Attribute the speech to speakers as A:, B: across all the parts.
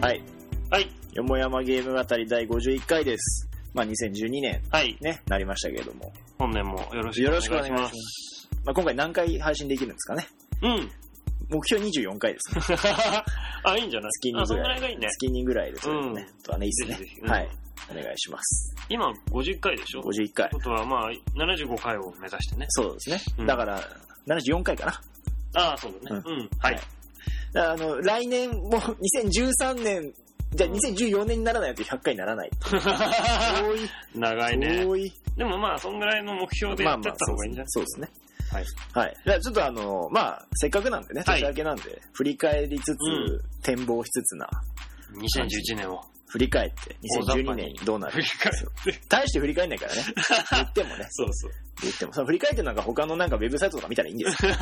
A: はい。
B: はい。
A: よもやまゲーム語り第51回です。まあ、2012年、
B: はい。
A: ね、なりましたけれども。
B: 本年もよろしく
A: よ
B: お
A: ろ
B: 願い
A: し
B: し
A: くお
B: ま
A: 願い
B: す。
A: します。まあ、今回何回配信できるんですかね。
B: うん。
A: 目標24回 ですね。
B: あ、いいんじゃない
A: 月に
B: あ、そん
A: ぐ
B: ぐ
A: ら
B: ら
A: い。
B: いがいいね。
A: 月にぐらいですね。
B: うん
A: とはね、いいです
B: ぜ
A: ね
B: ひぜひ。うん
A: はい。お願いします。
B: 今、50回でしょって
A: 51回
B: こ。とは、まあ、75回を目指してね。
A: そうですね。
B: うん
A: だから、74回かな。
B: ああ、そうだね。うん。 はい。
A: だからあの、来年も2013年、じゃあ2014年にならないと100回にならない。多い、
B: 長いね。
A: 多い。
B: でもまあ、そんぐらいの目標で
A: ま
B: や
A: あ
B: って
A: ま
B: っ
A: あ
B: た、方がいいんじゃない
A: そうですね。
B: はい。
A: はい。じゃあちょっとあの、まあ、せっかくなんでね、
B: はい
A: 年明けなんで、振り返りつつ、
B: うん
A: 展望しつつな、
B: 2011年を
A: 振り返って、
B: 大雑
A: 2012
B: 把
A: 年
B: に
A: どうな
B: 振
A: る
B: り返る。
A: 大して振り返んないから ね。言ってもね。
B: そうそう。
A: 言っても、その振り返ってなんか他のなんかウェブサイトとか見たらいいん ですよ。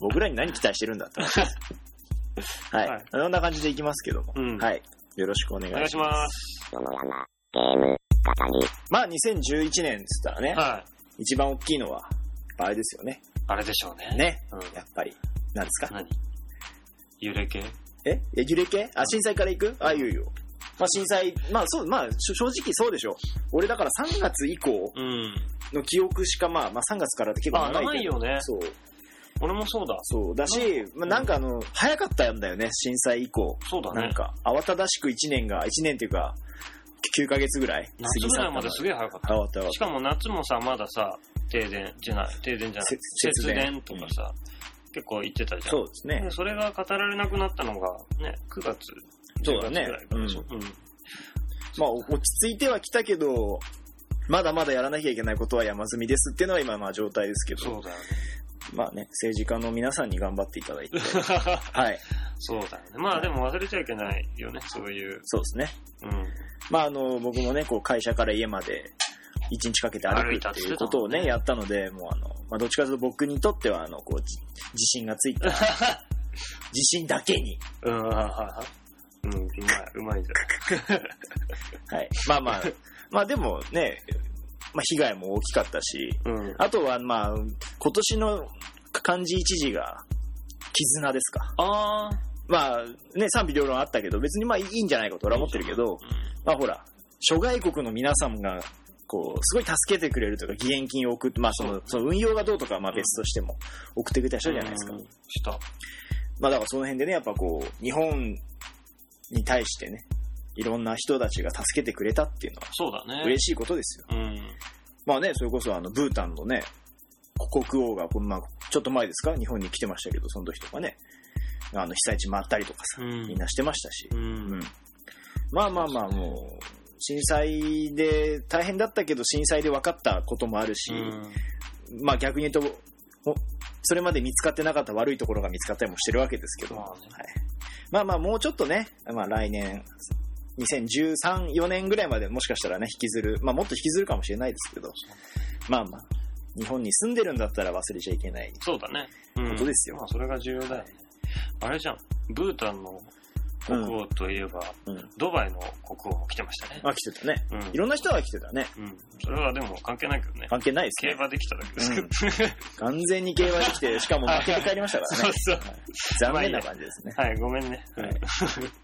A: 僕らに何期待してるんだって話です。はい。
B: はい
A: そんな感じでいきますけども。
B: うん
A: はい。よろしくお願い
B: お願い
A: し
B: し
A: ます。
B: ます。
A: まあ、2011年っつったらね、
B: はい。
A: 一番大きいのは、あれですよね。
B: あれでしょうね。。
A: ね。
B: うん。
A: やっぱり。なんですか
B: 何揺れ系
A: ええ揺れ系あ、震災から行くあ、いいよいいよ。まあ震災、まあそう、まあしょ正直そうでしょ。俺だから3月以降
B: うん。
A: の記憶しかまあ、まあ3月からって結構
B: あ、
A: 長いけど。
B: 長いよね。
A: そう。
B: 俺もそうだ。
A: そう。だし、まあなんかあの、早かったんだよね、震災以降。
B: そうだ
A: な
B: ね
A: ん。か、慌ただしく1年が、1年っていうか、9ヶ月ぐらい過
B: 夏ぐらいま
A: ぎ去
B: ですげえ早かっ
A: ったの。慌た慌
B: た。しかも夏もさ、まださ、停電じゃない、停電じゃない
A: せ、節
B: 節
A: 電
B: 電とかさ、結構言ってたじ
A: た。
B: ゃん。
A: そうですね
B: で。それが語られなくなったのが、ね、9月、
A: そうだね
B: 10月ぐらいからでしょうん。
A: まあ、落ち着いてはきたけど、まだまだやらなきゃいけないことは山積みですっていうのは今、まあ状態ですけど、
B: そうだよね。
A: まあね、政治家の皆さんに頑張っていただいて、はい、
B: そうだよね。まあでも忘れちゃいけないよね、そういう。
A: そうですね。
B: うん。
A: まあ、あの、僕もね、こう、会社から家まで、一日かけて歩くっていうことをね、
B: 歩い
A: やったので、もうあの、まあ、どっちかというと僕にとっては、あの、こう、じ自信がついた。 自信だけに。
B: うん、はいはい。うん、うまい、うまいじ
A: はい。まあま あ、まあでもね、まあ被害も大きかったし、
B: ゃん。うん。
A: あとはまあ、今年の漢字一字が、絆ですか。
B: あー。
A: まあね、賛否両論あったけど、別にまあいいんじゃないかと俺は思ってるけど、まあほら、諸外国の皆さんが、こう、すごい助けてくれるとか、義援金を送って、まあその、その運用がどうとかはまあ別としても、送ってくれた人じゃないですか
B: うん。。した。
A: まあだからその辺でね、やっぱこう、日本に対してね、いろんな人たちが助けてくれたっていうのは、
B: そうだね。
A: 嬉しいことですよ。
B: うん。
A: まあね、それこそあの、ブータンのね、国王が、このまあ、ちょっと前ですか日本に来てましたけど、その時とかね、あの、被災地回ったりとかさ、
B: うん
A: みんなしてましたし、
B: うん。
A: まあまあまあもう、震災で大変だったけど、震災で分かったこともあるし、
B: うん
A: まあ逆に言うと、おそれまで見つかってなかった悪いところが見つかったりもしてるわけですけど、
B: まあね
A: はい、まあまあもうちょっとね、まあ来年、2013、4年ぐらいまでもしかしたらね、引きずる、まあもっと引きずるかもしれないですけど、まあまあ、日本に住んでるんだったら忘れちゃいけない。
B: そうだね。うん
A: ことですよ
B: まあ、それが重要だよね。あれじゃん、ブータンの国王といえば、
A: うん。
B: ドバイの国王も来てましたね。
A: あ、来てたね。
B: うん。
A: いろんな人が来てたね。
B: うん。それはでも関係ないけどね。
A: 関係ないです
B: 競
A: ね。
B: 馬できただけですけど。
A: 完全に競馬できて、しかも負けて帰りましたからね。
B: そうそう。
A: 残念な感じですね。
B: はい、ごめんね。
A: はい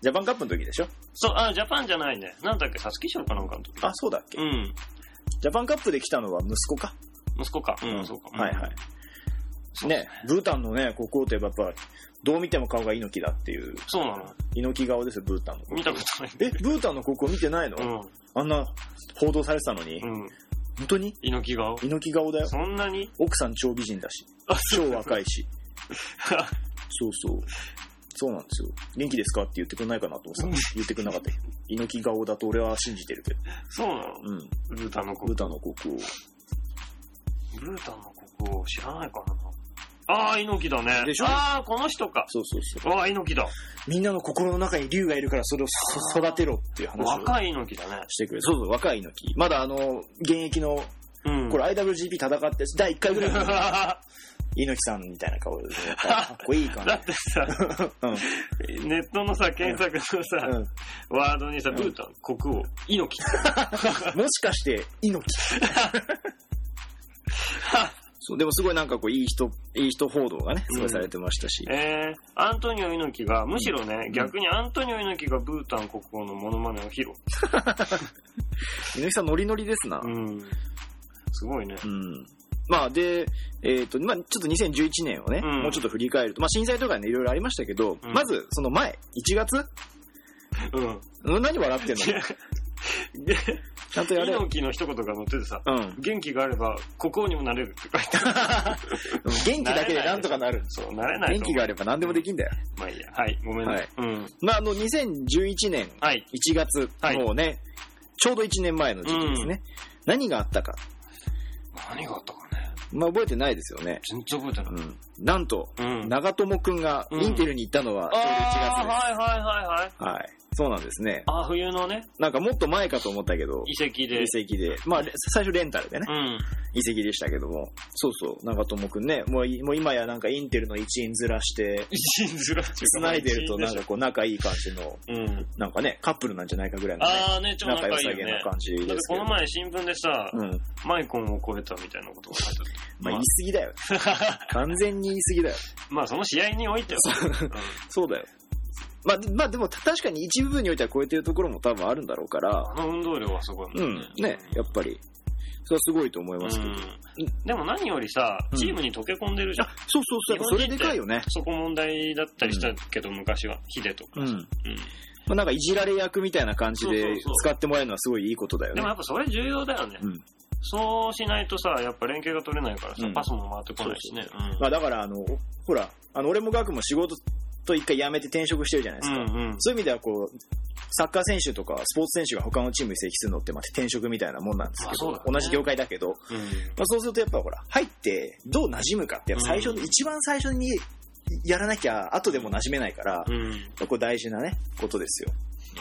A: ジャパンカップの時でしょ
B: そう、あ、ジャパンじゃないね。なんだっけ、サスキ賞かなんかの時。
A: あ、そうだっけ
B: うん。
A: ジャパンカップで来たのは息子か。
B: 息子か。うん、そうか。うん
A: はいは。い。
B: そう
A: ね、ブータンのね、国王といえばやっぱ、どう見ても顔が猪木だっていう、
B: そうなの。
A: 猪木顔ですよ、ブータンの国
B: 見たことない。
A: え、ブータンの国王見てないの、あんな報道されてたのに、
B: うん。うん。
A: 本当に
B: 猪木顔。
A: 猪木顔だよ。
B: そんなに
A: 奥さん超美人だし、
B: あ、
A: 超若いし。
B: そう。
A: そうそう。そうなんですよ。元気ですかって言ってくんないかなと思ってた。言ってくんなかったけど。猪木顔だと俺は信じてるけど。
B: そうなの
A: うん。
B: ブータンの
A: ブ
B: 国
A: ータンの国王。
B: ブータンの国王知らないからな。ああ、猪木だね。
A: でしょ
B: ああ、この人か。
A: そうそうそう。
B: ああ、猪木だ。
A: みんなの心の中に竜がいるからそれをそ育てろっていう話を
B: 若い猪木だね。
A: してくれる。そうそう、若い猪木。まだあの、現役の、
B: うん。
A: これ IWGP 戦って、第1回ぐらいの猪木さんみたいな顔で、かっこいいか な
B: だっ。て さ、
A: うん。
B: ネットのさ、検索のさ、
A: うん
B: ワードにさ、ブータン国王、猪木。
A: もしかして、猪木 そう、でもすごいなんかこう、いい人、いい人報道がね、すごいされてましたし。
B: えー、アントニオ猪木が、むしろね、逆にアントニオ猪木がブータン国王のモノマネを披露。
A: 猪木さんノリノリですな。
B: うん。すごいね。
A: うん。まあで、えっ、と、まあちょっと2011年をね、
B: うん
A: もうちょっと振り返ると、まあ震災とかね、いろいろありましたけど、
B: うん
A: まずその前、1月
B: うん。
A: 何笑ってんの
B: 違うで
A: ちゃんとやれ。
B: 猪木の一言が載っててさ、
A: うん。
B: 元気があれば国王にもなれるって書いてある。
A: 元気だけでなんとかなる。
B: そう、なれない
A: 元
B: と
A: 気
B: 思
A: があれば何でもできんだよ。
B: う。まあいいや。はい、ごめんね。
A: はい
B: うん。
A: まああの、2011年
B: はい。
A: 1月、
B: はい
A: もうね、ちょうど1年前の時期ですね。何があったか。
B: 何があったかね。
A: まあ覚えてないですよね。
B: 全然覚えてない。
A: うん。なんと、
B: うん。
A: 長友くんがインテルに行ったのは、ちょうど
B: あ
A: 1月です。
B: あ、はいはいはいはい。
A: はい。そうなんですね。
B: ああ、冬のね、
A: なんかもっと前かと思ったけど、
B: 遺跡で
A: 遺。跡で、まあ、レ最初レンタルでね
B: う、 ん。
A: 遺跡でしたけども、そうそう、長友くんね、もういもう今やなんかインテルの一員ずらして、
B: 一員ずらし
A: 繋いでるとなんかこう仲いい感じの、
B: うん。
A: なんかね、カップルなんじゃないかぐらいのね、
B: ああ、ね、ちょっと
A: 仲良
B: 仲いい
A: さ
B: よ
A: げ
B: ね
A: な。感じ
B: だ
A: で
B: って
A: すけ
B: こ
A: ど
B: の。前新聞でさ、
A: うん。
B: マイコンを超えたみたいなことが書いて
A: まあ言い過ぎ だよ。
B: あった。
A: 完全に言い過ぎだよ。
B: まあその試合においては。
A: そうだよ。まあ、まあでも確かに一部分においては超えてるところも多分あるんだろうから、
B: うんあの運動量はすごいも
A: うんん、ね、やっぱり、それはすごいと思いますけど。
B: うんでも何よりさ
A: う、ん
B: チームに溶け込んでるじゃん
A: あ。、そうそうそう、やっぱそれでかいよね。
B: そこ問題だったりしたけど、昔は。ヒデとか。
A: う
B: うん
A: ん。まあ、なんかいじられ役みたいな感じ
B: そうそ
A: で
B: うそう
A: 使ってもらえるのはすごいいいことだよ
B: で
A: ね
B: も。やっぱそれ重要だよね
A: うん。
B: そうしないとさ、やっぱ連携が取れないからさ
A: う、ん
B: パスも回ってこないしね。
A: まあ、だからあの、ほら、あの俺もガクも仕事と一回辞めて転職してるじゃないで
B: う
A: す
B: ん
A: か。
B: うんうん。
A: そういう意味ではこう、サッカー選手とかスポーツ選手が他のチームに移籍するのってまあ転職みたいなもんなんですけ
B: まあそう
A: ど、
B: だね
A: 同じ業界だけど、まあ、そうするとやっぱほら、入ってどう馴染むかってやっぱ最初に、
B: うん
A: 一番最初にやらなきゃ後でも馴染めないから、
B: うん。うん。
A: これ大事なね、ことですよ。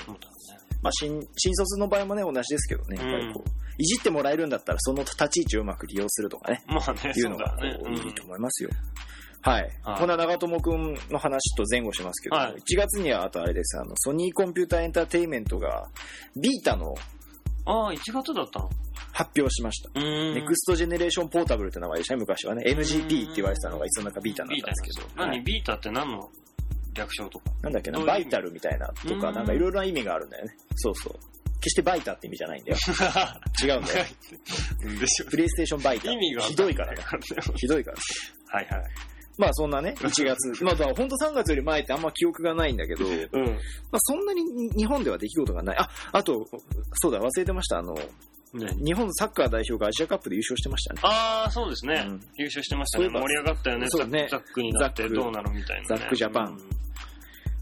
B: そうだね。
A: まあ、新新卒の場合もね、同じですけどね、やっぱりこう、いじってもらえるんだったらその立ち位置をうまく利用するとかね。
B: まあね、
A: い
B: そうう
A: のが
B: だ
A: こ
B: ね。
A: う
B: うん
A: いいと思いますよ。はい。
B: はい
A: こんな長友くんの話と前後しますけど、
B: はい
A: 1月にはあとあれです、あの、ソニーコンピューターエンターテインメントが、ビータの
B: ああ、1月だったの
A: 発表しました。
B: うん
A: ネクストジェネレーションポータブルって名前でしたね、昔はね。NGP って言われてたのがいつの中ビータになったんですけど。は
B: 何
A: い
B: ビータって何の略称とか。
A: なんだっけな、
B: どういう意
A: バ
B: 味
A: イタルみたいなと
B: う
A: か、
B: ん
A: なんかいろいろな意味があるんだよね。そうそう。決してバイタって意味じゃないんだよ。違うん だよ。
B: でしょ
A: プレイステーションバイタ
B: 意味が。
A: ひどいからね。ひどいから。
B: はいはい。
A: まあそんなね、1月。まあだから本当3月より前ってあんま記憶がないんだけど、
B: うん。
A: まあ、そんなに日本では出来事がない。あ、あと、そうだ、忘れてました。あの、日本サッカー代表がアジアカップで優勝してましたね。
B: ああ、そうですね、
A: うん
B: 優勝してました
A: そう
B: ね。
A: いえば
B: 盛り上がったよね。
A: そうね
B: ザックになって
A: ザック
B: どうなのみたいな、ね。
A: ザックジャパン
B: うん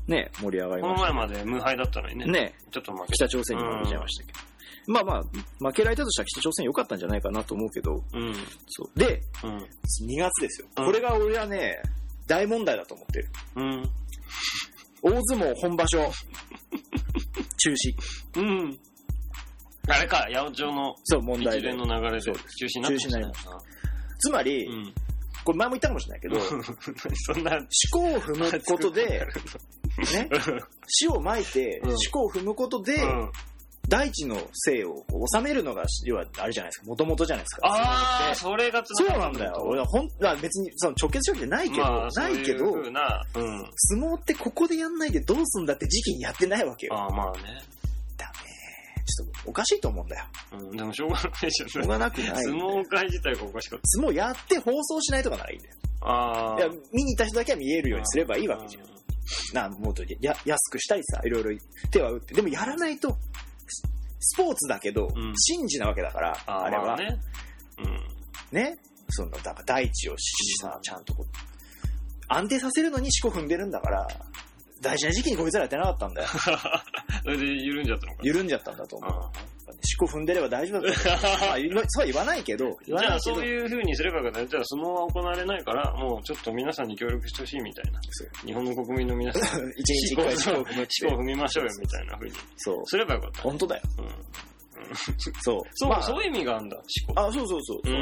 A: ね、盛り上がり
B: この
A: まし
B: 前まで無敗だったのにね。
A: た。ね、
B: ちょっと負けた。
A: 北朝鮮に負けちゃいましたけど。まあまあ、負けられたとしたら北朝鮮良かったんじゃないかなと思うけど、
B: うん。うん。
A: そう。で、2月ですよ。
B: うん
A: これが俺はね、大問題だと思ってる。
B: うん。
A: 大相撲本場所、中止。
B: うん。あれか、八百長の
A: そう、問
B: 一
A: 題で
B: 連。の流れで
A: そ
B: 中
A: う
B: 止になってしたね
A: つまり、
B: うん。
A: これ前も言ったかもしれないけど、思
B: そんな、
A: 考を踏むことで、ね、死をまいて
B: うん
A: 思考を踏むことで、
B: うん。
A: 大地の生をこう治めるのが要はあれじゃないですかもともとじゃないですか
B: ああ、
A: そ
B: それが
A: う
B: 繋が
A: な
B: っ
A: ん
B: て
A: だ
B: る
A: よ
B: と
A: 俺はほんまあ別にその直結処理じゃないけど、
B: まあ、そ
A: な
B: う
A: いけど
B: いう風な、うん。
A: 相撲ってここでやんないでどうすんだって時期にやってないわけよ
B: ああ、まあね。
A: ダメちょっとおかしいと思うんだよ
B: うん、でもしょうがないじ
A: し
B: ゃ。
A: ょうんがなくない
B: 相撲界自体がおかしかっ
A: 相撲やって放送しないとかならいいんだよ
B: た。ああ。
A: いや見に行った人だけは見えるようにすればいいわけじゃんな
B: ゃ
A: もっとや安くしたりさいろいろ手は打ってでもやらないとススポーツだけど、
B: うん
A: 神事なわけだから
B: あー
A: あれは、
B: まあね。うん。
A: ね、その、だから大地をしさ、ちゃんとこう、安定させるのに四股踏んでるんだから、大事な時期にこいつらやってなかったんだ よ。
B: それで緩んじゃったのかな。
A: 緩んじゃったんだと思う。
B: あ
A: 四股踏んでれば大丈夫だったんだよまあいろいろ。そうは言わないけど、
B: ー
A: 言わ
B: じ
A: な
B: ゃ
A: い
B: あ
A: けど
B: そう、いう風にすればよかったじゃあ相撲は行われないから、もうちょっと皆さんに協力してほしいみたいな
A: そう。
B: 日本の国民の皆さ ん、
A: 一日一回四股踏むって。
B: 思考を踏みましょうよみたいな風に。
A: そう。
B: すればよかった。
A: 本当だよ。
B: うん。うん
A: そう。
B: そう、
A: まあ
B: そういう意味があるんだ、思考。
A: あ、そうそうそう
B: う
A: そう。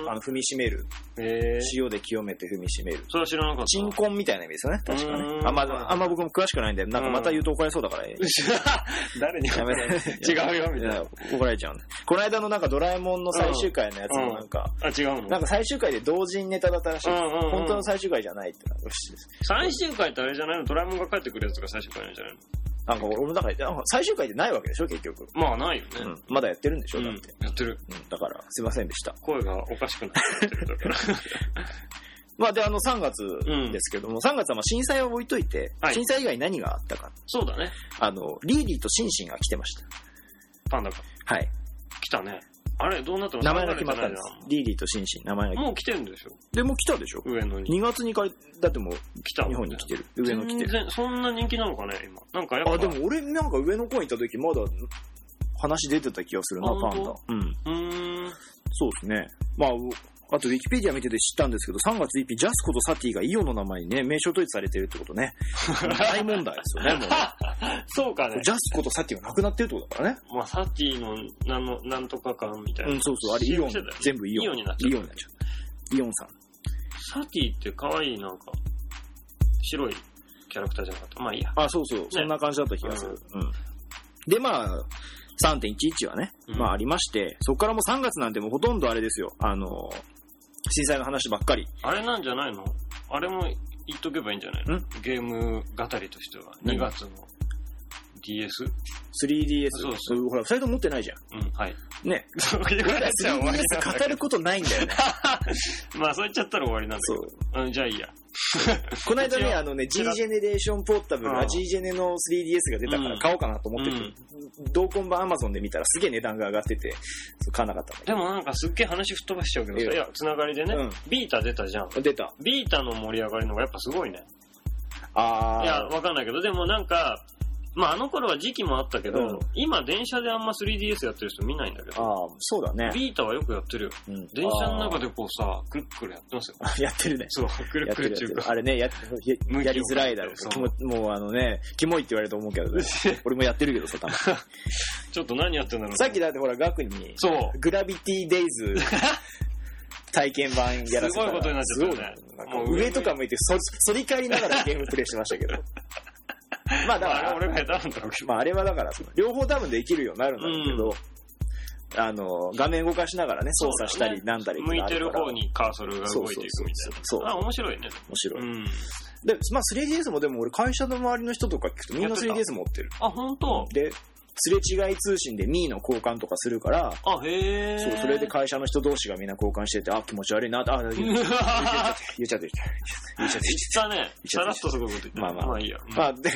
B: ーん。
A: あの、踏みしめる。
B: へえ。
A: 塩で清めて踏みしめる。
B: それは知らなかった。
A: 鎮魂みたいな意味ですよね、確か
B: う
A: ね
B: ー。ん
A: あんまあ、あんま僕も詳しくないんで、なんかまた言うと怒られそうだから、
B: 誰に
A: やめ
B: て。
A: て。
B: 違うよ、みたいな。
A: や怒られちゃうんでこの間のなんかドラえもんの最終回のやつもなんか、
B: あ、違うの
A: なんか最終回で同人ネタだったらしい。
B: うんうんうん
A: 本当の最終回じゃないってなんか不思議です
B: 最終回ってあれじゃないのドラえもんが帰ってくるやつが最終回なんじゃないの
A: なんか俺もだから、なんか最終回でないわけでしょ、結局。
B: まあ、ないよ
A: う
B: ね。
A: ん。まだやってるんでしょ、
B: うん
A: だって。
B: やってる。
A: うんだから、すいませんでした。
B: 声がおかしくなってる だから。
A: まあで、あの3月ですけども、3月はまあ震災を置いといて、
B: はい
A: 震災以外何があったか。
B: そうだね。
A: あの、リーリーとシンシンが来てました。
B: パンダが。
A: はい。
B: 来たね。あれ、どうなったの
A: 名前が決まったんで
B: 考
A: す。リーリーとシンシン、名前が決まっ
B: えられてないなもう来てるんでしょ
A: た。でも来たでしょ
B: 上野に。
A: 2月にかりだってもう
B: 来た。
A: 日本に来てる。上野来て
B: 全
A: る。
B: 然、そんな人気なのかね、今。なんかやっぱ。
A: あ、で。も俺なんか上野公園行った時まだ話出てた気がするな、
B: あ
A: パン
B: 本
A: ダ。うん。
B: うーん。
A: そうですね。まあ、うあとウィキペディア見てて知ったんですけど、3月1日、ジャスコとサティがイオの名前にね、名称統一されてるってこと ね。大問題ですよね、もう。
B: そうかね。
A: ジャスコとサティがなくなってるってことだからね。
B: まあ、サティの、なんの、なんとか感みたいな。
A: うん、そうそう、あれイオン
B: そうだよね、
A: 全部イオン。
B: イオンになっちゃう
A: イオンになっちゃうイオンさん。
B: サティって可愛い、なんか、白いキャラクターじゃなかった。まあいいや。
A: あ、そうそう、そんな感じだった気がする。うん。で、まあ、3.11はね、
B: うん
A: まあありまして、そこからもう3月なんてもうほとんどあれですよ、あの、震災の話ばっかり。
B: あれなんじゃないのあれも言っとけばいいんじゃないのゲーム語りとしては。
A: 何
B: 2月の DS?
A: 3DS。
B: そうそう
A: ほら、二人とも持ってないじゃ
B: うん、 はい。
A: ん。ね。
B: そう言われちゃ終わりなんだ
A: 3DS 語ることないんだよね。
B: けど まあ、そう言っちゃったら終わりなんだ
A: そ
B: け
A: う。
B: ど。うん、じゃあいいや。
A: この間
B: 一
A: ね、
B: 応
A: あのね、G ジェネレーションポータブル
B: う
A: が
B: ん
A: G ジェネの 3DS が出たか
B: う
A: ら
B: ん
A: 買おうかなと思って
B: うん
A: て、同梱版 Amazon で見たらすげえ値段が上がってて、そう買わなかったんだけ
B: でもなんかすっげえ話吹っ飛ばしちゃうけど
A: いいよ
B: さ、いや、つながりでね、
A: うん
B: ビータ出たじゃん。
A: ど。出た。
B: ビータの盛り上がりの方がやっぱすごいね。いや、
A: あ
B: わかんないけど、でもなんか、まああの頃は時期もあったけど、
A: うん
B: 今電車であんま 3DS やってる人見ないんだけ
A: ー、
B: ど、
A: あーそうだね。
B: ビータはよくやってるよ。
A: うん
B: 電車の中
A: で。
B: でこうさ、くるっくるやってますよ。
A: あー やってるね。
B: そう、くる
A: や
B: っ
A: っ
B: く
A: てるやっ
B: るっ
A: て
B: い
A: て
B: う
A: る
B: か。
A: あれね、や ややりづらいだろう
B: そう
A: キモもうあのね、キモいって言われると思うけ どね。俺もやってるけどさ、多分
B: ちょっと何やってんだろう。
A: さっきだってほら、ガクに、
B: そう。
A: グラビティデイズ体験版やらせたら
B: すごいことになっちゃったよね
A: すごいなんか
B: もう上
A: 上とか向いてそ、反り返りながらゲームプレイしてましたけど。 まあだ
B: ま
A: か
B: ああ
A: ら、
B: れ俺が下手なんだろうけど。
A: まああれはだからその、両方多分できるようになるんだろうけど、あの、画面動かしながらね、操作したりなんだり
B: 向いてる方
A: に。
B: にカーソルが動いていくみたいな。
A: そうそうそうそう
B: あ、面白いね。
A: 面白い。
B: うん。
A: で、まあ 3DS もでも俺会社の周りの人とか聞くとみんな
B: やってた
A: 3DS 持ってる。
B: あ、本当。
A: で、すれ違い通信でミーの交換とかするから、
B: あ、へえ。
A: そう、それで会社の人同士がみんな交換してて、あ、気持ち悪いな、あ、言っちゃった言
B: う わー
A: っちゃって、言っちゃって、言っちゃって
B: 言ったね。
A: ち
B: さ
A: ゃった
B: らっとすごいこと言った。
A: まあまあ
B: まあいいや。
A: まあ、で、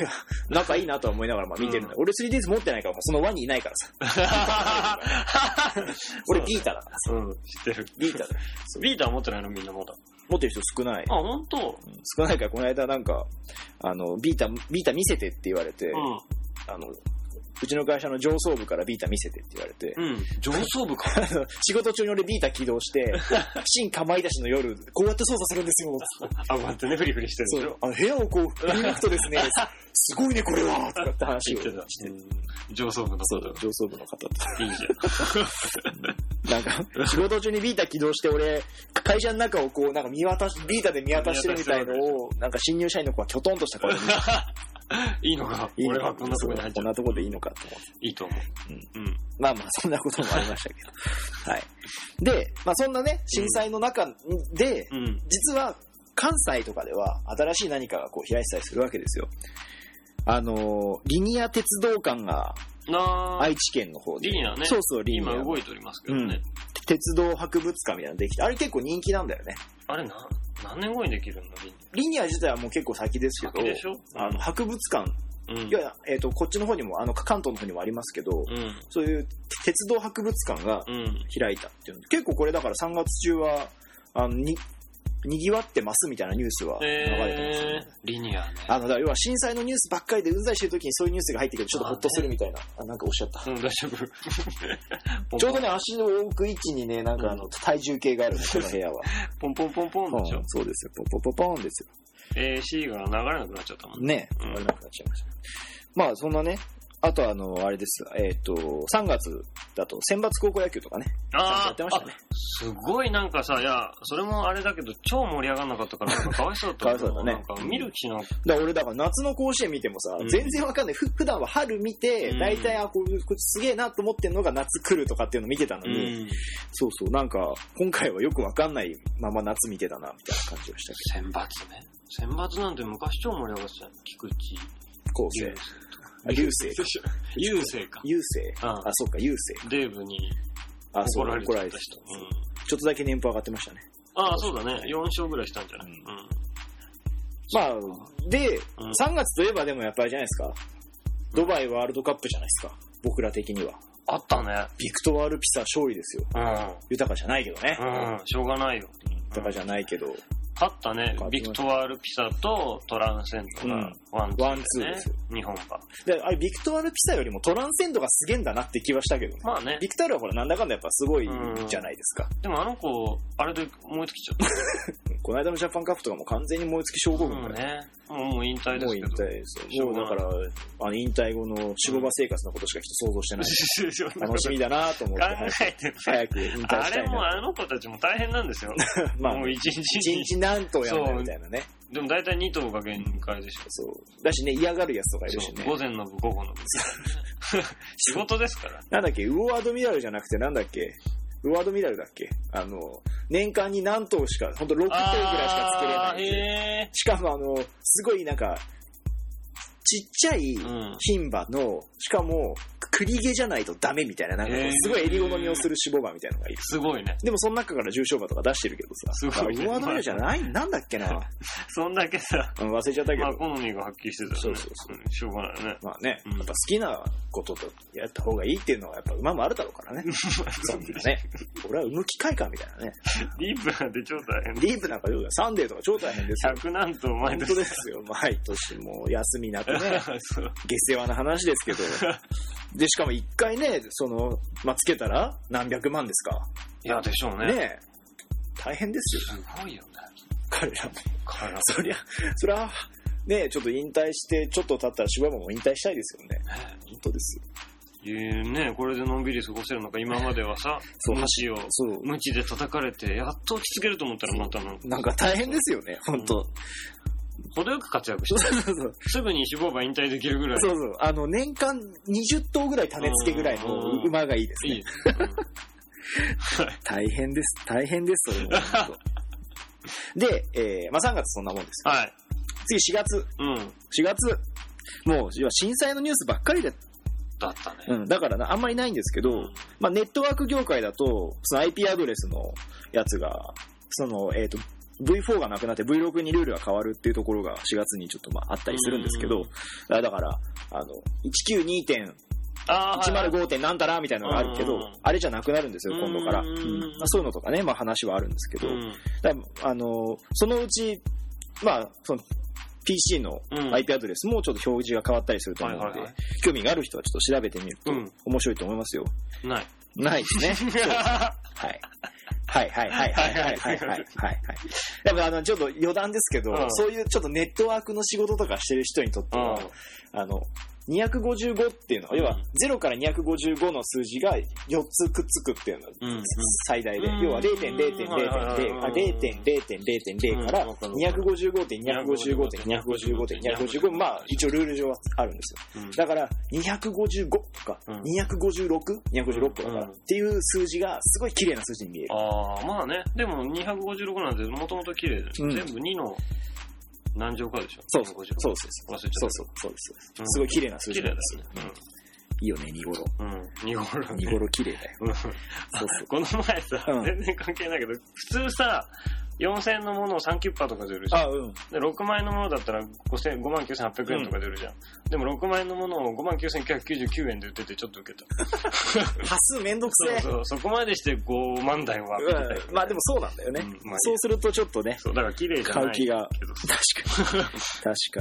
A: 仲いいなとは思いながら、まあ見てるんだ。俺 3DS 持ってないから、その輪にいないからさ。 俺ビータだからさ。
B: うん、知ってる。
A: ビータだ。
B: ビーター持ってないのみんなまだ。
A: 持ってる人少ない
B: あ、。本当。
A: うん少ないから、この間なんか、あの、ビータ、ビータ見せてって言われて、
B: うん。
A: あの、うちの会社の上層部からビータ見せてって言われて、
B: うん。上層部か。
A: あの 仕事中に俺ビータ起動して、 新かまいたちの夜、こうやって操作するんですよ。
B: あ、待ってね、フリフリしてるで
A: そ
B: し
A: う
B: ょ。。
A: あの、部屋をこう、振り抜くと ですね、すすごいね、これはとかって話をして
B: 言ってた上層部の
A: そ
B: こ
A: う
B: と。
A: 上層部の方と。
B: いいじ
A: なんか、仕事中にビータ起動して、俺、会社の中をこう、なんか見渡し、ビータで見渡してるみたいのを、なんか新入社員の子はきょとんとした顔で見て、
B: ゃ ん。いいのか。
A: いいの
B: 俺
A: か
B: はこんなとこに入っち
A: こ
B: ゃ
A: ん
B: う。
A: なとこでいいのかと思って。
B: いいと思う。うん。
A: まあまあ、そんなこともありましたけど。はい。で、まあそんなね、震災の中で、
B: うん。
A: 実は関西とかでは新しい何かがこう開いてたりするわけですよ。あのー、リニア鉄道館が
B: なあ
A: 愛、知県の方で。
B: リニアね
A: そうそう、リニア
B: 今。動いておりますけどね。
A: 鉄道博物館みたいなのできて、あれ結構人気なんだよね。
B: あれな、何年後にできるのリニ
A: リニア自体はもう結構先です
B: ア。
A: け
B: 先
A: ど、
B: でしょ
A: あの博物館、
B: うん。うん
A: い。やいや、えっとこっちの方にもあの関東の方にもありますけど、
B: うん。
A: そういう鉄道博物館が
B: うん。
A: 開いたっていうの結構これだから3月中はあのににぎわってますみたいなニュースは流れてますよ
B: え
A: ね。
B: ー、リニアね。
A: あのだから要は震災のニュースばっかりでうんざりしてる時にそういうニュースが入ってくるとちょっとほっとするみたいな、あなんかおっしゃった
B: うん、大丈 夫。
A: ちょうどね足の置く位置にねなんかあの体重計があるんですこの部屋は、
B: ポンポンポンポンポンでし
A: う
B: ょ
A: ん。 そうですよポンポンポンポンですよ
B: AC が流れなくなっちゃったもんね。
A: ね
B: うん
A: 割れなくなっちゃいました。まあ、そんなね、あとあの、あれです。えっ、と、3月だと選抜高校野球とかね。ちゃんとや
B: あ
A: って
B: ー
A: まし
B: あ
A: た、ね。
B: すごいなんかさ、いや、それもあれだけど、超盛り上がんなかったから、なんかかわいそうだった。
A: かわいそうだね
B: なんか見る気しなくて。
A: だから俺だから夏の甲子園見てもさ、
B: うん
A: 全然わかんない。ふ普段は春見て
B: う、ん
A: 大体、あ、これこれすげえなと思ってんのが夏来るとかっていうの見てたの
B: う
A: に、
B: ん。
A: そうそう、なんか、今回はよくわかんないまま夏見てたな、みたいな感じがしたけ
B: 選抜ね。選抜なんて昔超盛り上がってたよ。菊池。
A: ど。高生。あ流 星か。
B: 流星か。
A: 優勢
B: うん
A: あ、そうか、優勢。
B: デーブに
A: あ、そ
B: 怒
A: う、
B: られ
A: 怒
B: ち
A: ら
B: ゃ
A: れ
B: ってた
A: た。
B: 人。
A: そう
B: うん
A: ちょっとだけ年俸上がってましたね。
B: ああ、そうだね。4勝ぐらいしたんじゃない
A: うん
B: うん。
A: まあ、で、
B: うん
A: 3月といえばでもやっぱりじゃないですか。ドバイワールドカップじゃないですか。僕ら的には。
B: あったね。
A: ビクトワールピサ勝利ですよ。
B: う
A: 豊かじゃないけどね。
B: ん。うん。しょうがないよ。
A: 豊かじゃないけど、
B: 勝ったね。ビクトワール・ピサとトランセントがワンツー、ね。
A: ワンツーですよ。
B: 日本が。
A: で、あれ、ビクトワールピサよりもトランセンドがすげえんだなって気はしたけどね。
B: まあね。
A: ビクトワールはほら、なんだかんだやっぱすごいじゃないですか。
B: でもあの子、あれで燃え尽きちゃった。
A: この間のジャパンカップとかも完全に燃え尽き症候群
B: もう
A: だよ
B: ね。もうもう引退で
A: もう
B: す
A: 引
B: け
A: 退
B: ど。
A: ですよ。もうだから、あの、引退後の下場生活のことしか人想像してない。楽しみだなと 思って、
B: 考
A: 早く
B: えてない。
A: 早く引退
B: あ
A: したい
B: れも
A: な。
B: あの子たちも大変なんですよ。
A: まあ
B: も、う一日
A: 一
B: に。
A: 日何頭やんだみたいなね。
B: でも大体2頭が限界でしょ。
A: そう。だしね、嫌がるやつとかいるし
B: そう
A: ね。
B: 午前の部、午後の部。仕事です から。
A: なんだっけ、ウォアドミラルじゃなくて、なんだっけ、ウォアドミラルだっけあの、年間に何頭しか、ほんと6頭ぐらいしか作れないっていう。
B: へ
A: しかもあの、すごいなんか、ちっちゃい
B: ーうん。
A: 牝馬の、しかも、栗毛じゃないとダメみたいな、なんかこ
B: へ
A: う
B: ー
A: すごい襟好みをする脂肪馬みたいなのがいる。
B: すごいね。
A: でもその中から重症馬とか出してるけどさ、
B: すごいね
A: まあウォアドミラルじゃない、なんだっけな。
B: そんだけさ、
A: うん忘れちゃったけど
B: まあ、好みがはっきりしてたらね
A: そうそうそ
B: んしょうがないよね。
A: まあね、
B: う
A: や
B: ん
A: っぱ好きなこととやった方がいいっていうのはやっぱ馬もあるだろうから ね。そんなね。俺は産む機会かみたいなね。
B: ディープなんて超大変
A: ディープなんかどうだよサンデーとか超大変ですよ。
B: 100何頭
A: 本
B: 毎年
A: 当。ですよ。毎年もう休みなく ね、
B: そう
A: 下世話な話ですけど。で、しかも一回ね、その、まあ、つけたら何百万ですか。
B: いや、でしょう
A: ね
B: ね。
A: え大変ですよ。
B: すごいよね。
A: 彼らも。
B: から
A: そりゃ、そりゃ、ねえちょっと引退して、ちょっと経ったら芝馬も引退したいですよね。
B: ね。
A: 本当ですよ。
B: いうね、これでのんびり過ごせるのか、今まではさ、
A: そう
B: 無視を、
A: そう。
B: 無知で叩かれて、やっと落ち着けると思ったらまたなんか、
A: なんか大変ですよね、本 当、
B: 程よく活躍して、
A: そうそうそう。
B: すぐに脂肪馬引退できるぐらい
A: そうそう。あの、年間20頭ぐらい種付けぐらいの馬がいいです
B: いい
A: ね。
B: ですね。
A: 大変です。大変です、それも。ほんと で、えー、まあ3月そんなもんですよ。
B: はい。
A: 次4月。
B: うん。
A: 4月。もう、要は震災のニュースばっかりで、
B: だったね。
A: うん、だからな、あんまりないんですけど、まあネットワーク業界だと、その IP アドレスのやつが、その、えっ、と、V4 がなくなって V6 にルールが変わるっていうところが4月にちょっとまああったりするんですけ
B: う
A: ど
B: ん、
A: あだから、あの、192.
B: あーはい
A: 105. 点なんたらみたいなのがあるけど
B: うん、
A: あれじゃなくなるんですよ、今度から。
B: うん
A: うんまあそういうのとかね、まあ話はあるんですけど、
B: うん
A: だからあの、そのうち、まあ、その、PC の
B: うん
A: IP アドレスもちょっと表示が変わったりすると思うの
B: はい
A: で
B: はいは、
A: 興味がある人はちょっと調べてみると
B: うん
A: 面白いと思いますよ。
B: ない。
A: ないです ね。 そうはい。はいはいはいはいはいはいはいはいはい。やっぱあの、ちょっと余談ですけど、
B: うん
A: そういうちょっとネットワークの仕事とかしてる人にとっては、あの、255っていうのは、要は0から255の数字が4つくっつくっていうのが
B: うんうん
A: 最大で、
B: うん
A: 要は0.0.0.0
B: はいはいはい
A: あ0.0.0.0から
B: うん
A: 255.255.255.255まあ一応ルール上はあるんですよ。
B: うん
A: だから255とか
B: うん
A: 256?256 個だから
B: うん
A: っていう数字がすごい綺麗な数字に見える。
B: ああ、まあね。でも256なんてもともと綺麗で、
A: うん
B: 全部2の何乗かでしょ
A: そうそう
B: 256
A: そうです。
B: 忘れちゃっ
A: そう
B: た。
A: そうそうです。
B: うん
A: すごい綺麗な数字
B: 綺麗
A: な
B: だ
A: ん
B: よ
A: ですよ。
B: ね。
A: いいよね、2頃。
B: うん。うん。2号だ
A: 2
B: ね。
A: 頃綺麗 だよ。
B: うん
A: そうそう。
B: この前さ、
A: うん
B: 全然関係ないけど、普通さ、4000のものを3キュッパーとかで売るじゃん。
A: あ、うん。
B: で、6万円のものだったら5万9800円とかで売るじゃん。でも6万円のものを5万9999円で売っててちょっと受けた。
A: 端数めんどくせ
B: そう
A: え。
B: そう、そこまでして5万台はみたいな。
A: うんまあでもそうなんだよね。
B: うんまあいい
A: そうするとちょっとね、
B: そう、だから綺麗じゃ
A: 買
B: な
A: う
B: い
A: 気
B: けど
A: が。確かに。確か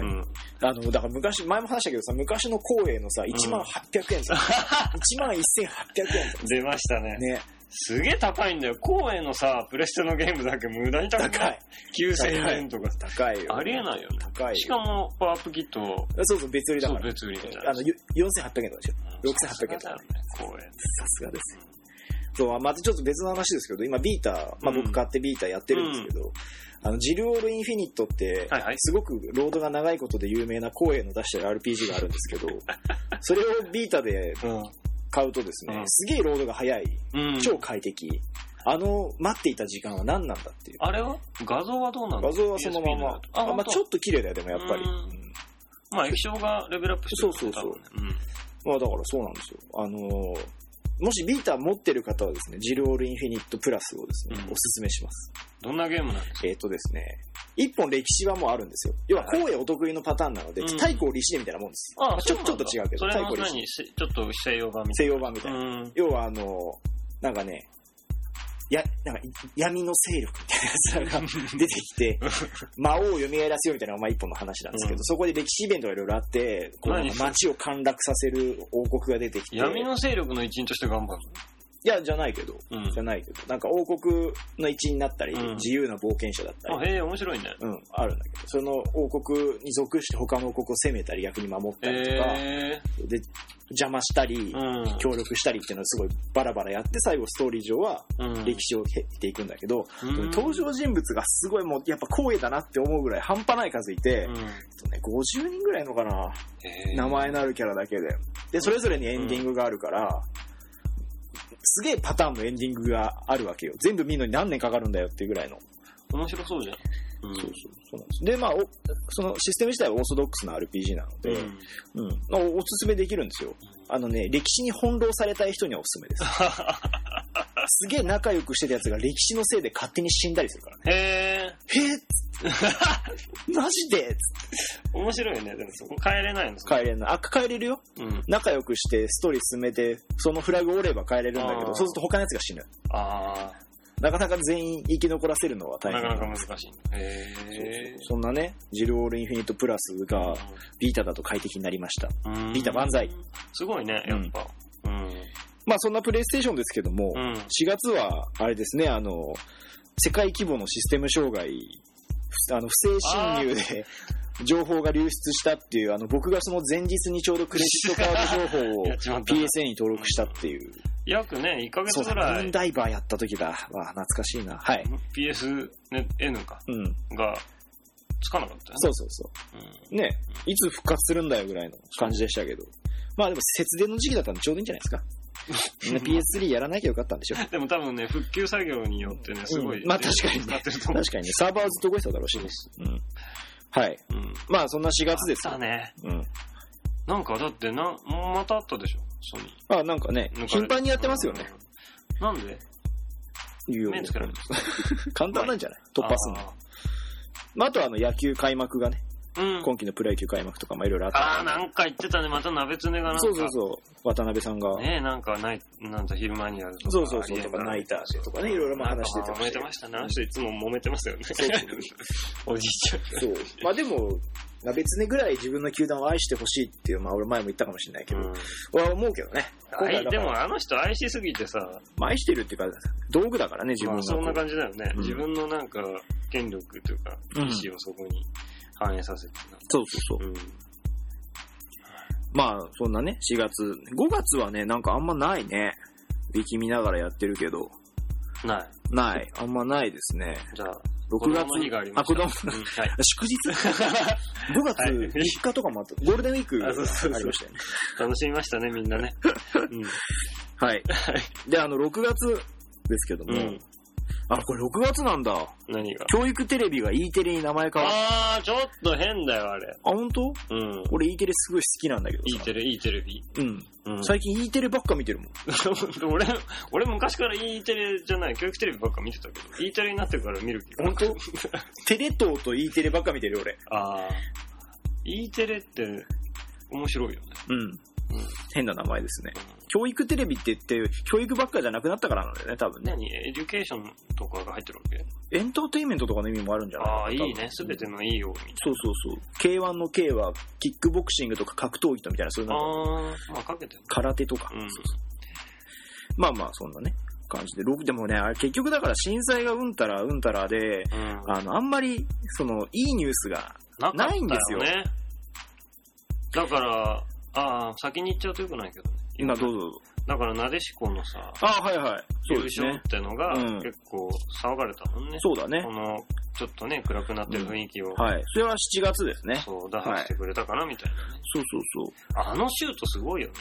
B: う
A: に。
B: ん。
A: あの、だから昔、前も話したけどさ、昔の光栄のさ、1万800円さ、1万1800円さ、
B: 出ましたね。
A: ね、
B: すげえ高いんだよ。光栄のさ、プレステのゲームだけ無駄に 高い。
A: 高い。
B: 9000円とか。
A: 高いよ。
B: ありえないよね。
A: 高い
B: しかも、パワーアップキット、
A: そうそう、別売りだ
B: そ
A: か
B: う、
A: ら。
B: 別売りみたいな
A: あの、よ4800円とかでしょ。6800円
B: だよね。光栄。
A: さすがです。そう、またちょっと別の話ですけど、今ビータ、まあ、
B: うん
A: 僕買ってビータやってるんですけど、あの、ジルオールインフィニットって、
B: はいはい
A: すごくロードが長いことで有名な光栄の出してる RPG があるんです けど、それをビータで買うとですね、
B: うん
A: すげえロードが早い、
B: うん。うん。
A: 超快適、あの、待っていた時間は何なんだっていう。
B: あれは画像はどうなの
A: 画像はそのま
B: PSP
A: ま
B: だ。と
A: あ
B: あ、
A: まあ、ちょ
B: っ
A: っと綺麗だよ、でもやっぱり。
B: うん
A: うん
B: と。まあ、液晶がレベルアップしてる
A: そうそうそう
B: 多分ね
A: まあだからそうなんですよ。あのーもしビータ持ってる方はですね、ジルオールインフィニットプラスをですね、
B: うん
A: おすすめします。
B: うん。どんなゲームなの
A: えっ、とですね、一本歴史はもうあるんですよ。要は、
B: はい
A: 光栄お得意のパターンなので、
B: うん
A: 太鼓を利子でみたいなもんです。まあちょ
B: そう
A: ち
B: な
A: ょっ
B: ん
A: と
B: だ
A: 違うけ
B: そ
A: ど、
B: れ
A: 太
B: は
A: 鼓利子。
B: 何しちょっと西洋版みた
A: 西
B: い
A: 洋版みたい
B: な。
A: な。
B: うん。
A: 要はあのーなんかね、や、なんか、い闇の勢力みたいなやつらが出てき て、魔王を蘇らせようみたいなのが、まあ、一本の話なんですけど、
B: うん
A: そこで歴史イベントがいろいろあって、こうなんか街を陥落させる王国が出てきて、
B: 闇の勢力の一員として頑張る
A: いや、じゃないけど、
B: の。うん
A: じゃないけど、なんか王国の一員になったり、
B: うん
A: 自由な冒険者だったり、
B: あ、へえ、面白いね。
A: うん、あるんだけど、その王国に属して他の王国を攻めたり、逆に守ったりとか、
B: え
A: で、邪魔したり、
B: ー、うん。
A: 協力したりっていうのをすごいバラバラやって、最後ストーリー上は
B: うん
A: 歴史を経っていくんだけど、
B: うん
A: 登場人物がすごいもう、やっぱ光栄だなって思うぐらい半端ない数いて、
B: うん
A: えっとね、50人ぐらいのかな、
B: へー
A: 名前のあるキャラだけで。で、それぞれにエンディングがあるから、すげえパターンのエンディングがあるわけよ。全部見るのに何年かかるんだよっていうぐらいの。
B: 面白そうじゃん。うん
A: そうそうそうなんです。で、まあ、おそのシステム自体はオーソドックスな RPG なので、
B: うん
A: うんまあおおすすめできるんですよ。あのね、歴史に翻弄されたい人にはおすすめ です。すげえ仲良くしてたやつが歴史のせいで勝手に死んだりするからね。
B: へえ、
A: へえっ つってマジでっつって
B: 面白いね。でもそこ変えれないの
A: 帰れんの。あ、帰れるよ。
B: うん。
A: 仲良くしてストーリー進めて、そのフラグ折れば帰れるんだけ
B: あー
A: ど、そうすると他のやつが死ぬ。
B: あ
A: なかなか全員生き残らせるのは
B: あ、
A: 大
B: な
A: 変
B: かなか難しいんだ。へえ。
A: そんなね、ジルオールインフィニットプラスがビータだと快適になりました。
B: うん
A: ビータ万歳。
B: すごいね、やっぱ。うん。
A: まあそんなプレイステーションですけども、
B: うん。
A: 4月は、あれですね、あの、世界規模のシステム障害、ふあの、不正侵入で、情報が流出したっていう、あの、僕がその前日にちょうどクレジットカード情報を
B: やっちまった
A: PSA に登録したっていう。
B: 約ね、1ヶ
A: そ
B: 月
A: うだ、
B: ぐ
A: ム
B: ら
A: ーン
B: い、
A: ダイバーやった時だ。わあ、懐かしいな。はい。
B: PSN か、
A: うん。
B: が、つかなかったよね。
A: そうそうそ
B: うん
A: う。ね、いつ復活するんだよぐらいの感じでしたけど。まあでも節電の時期だったんでちょうどいいんじゃない ですか。みんな PS3 やらなきゃよかったんでしょう。
B: でも多分ね、復旧作業によってね、すごい、
A: うんまあ確かにね
B: 使ってると思
A: 確かにね、サーバーはずっと動いてただろうし。うん。はい。
B: う。うん。
A: まあそんな4月です
B: あっ
A: よ
B: た。ね。
A: うん。
B: なんかだってな、またあったでしょ、ソニ
A: あ、なんかね
B: ー。、
A: 頻繁にやってますよね。。
B: なんで
A: いうよう
B: 目つけられ
A: に
B: る
A: 簡単なんじゃない突破するの。
B: あ
A: まあ、あとはあの野球開幕がね、
B: ーうん。
A: 今季のプロ野球開幕とか、まあいろいろあった
B: ああ、なんか言ってたね、また鍋つねがなんか。
A: そうそうそう、渡辺さんが。
B: ねえ、なんかない、なんか昼間にやるとか。
A: そうそうそう
B: ありえな
A: とかナイターでとかねいろいろまあ話出てました
B: 揉めてましたね。あの人いつも揉めてますよね。おじいちゃん。
A: そう。まあでも、まあ別にぐらい自分の球団を愛してほしいっていう、まあ俺前も言ったかもしれないけど、俺は思うけどね。
B: うん
A: 今回だ
B: あい
A: か
B: で
A: ら
B: もあの人愛しすぎてさ、
A: まあ愛してるっていうか、道具だからね、自分
B: ま
A: の
B: あ、そんな感じだよね、
A: うん
B: 自分のなんか、権力というか、意
A: うん
B: 思をそこに反映させてな
A: そうそうそう。
B: うん。
A: まあそんなね、4月。5月はね、なんかあんまないね。ウィキ見ながらやってるけど、
B: ない。
A: ない。あんまないですね。
B: じゃあ、
A: 6月。
B: 子供の日がありました。
A: 子供
B: うんはい。
A: 祝 日 ?5 月
B: はい
A: 3日とかもあった。ゴールデンウィークがあ
B: あ
A: り
B: そ
A: ま
B: うそうそう
A: したよね。
B: 楽しみましたね、みん なね。うん。
A: はい。で、あの、6月ですけども、
B: うん
A: あ、これ6月なんだ。
B: 何が。
A: 教育テレビが E テレに名前変わった。あ、
B: あー、ちょっと変だよ、あれ。
A: 本当？
B: うん。
A: 俺 E テレすごい好きなんだけど
B: いい
A: さ。
B: テレ、いいテレビ。
A: うん。
B: うん。
A: 最近 E テレばっか見てるもん。
B: 俺、俺昔から E テレじゃない、教育テレビばっか見てたけど、E テレになってから見るけど。
A: 本当テレ東と E テレばっか見てるよ俺。
B: あー。E テレって、面白いよね。
A: うん。
B: うん
A: 変な名前ですね。
B: うん
A: 教育テレビって言って、教育ばっかじゃなくなったからなんだよね、多分ね。
B: 何エデュケーションとかが入ってるわけ
A: エンターテインメントとかの意味もあるんじゃないか
B: あ
A: な
B: あ、いい
A: 多
B: ね
A: 分。
B: すべてのいいよ、みたい
A: そうそうそう。K1 の K は、キックボクシングとか格闘技とみたいな、そういう
B: な。
A: の
B: ああ、まあかけてる。
A: 空手とか。
B: うん。
A: まあまあ、そんなね、感じで、ろくでもね、あれ結局だから震災がうんたらうんたらで、
B: うん。
A: あの、あんまり、その、いいニュースが、
B: なかった
A: ないんですよ
B: ね。だから、ああ、先に言っちゃうとよくないけどね。
A: 今どうぞ。
B: だから、なでしこのさ、
A: あはいはい。そ
B: 優
A: うです
B: 勝っ
A: ね。
B: てのが
A: うん
B: 結構騒がれたもんね。
A: そうだね
B: こ。の、ちょっとね、暗くなってる雰囲気を、
A: はい。それは7月ですね。
B: そう、打破してくれたかな、みたいなね。
A: そうそうそう。
B: あのシュートすごいよね。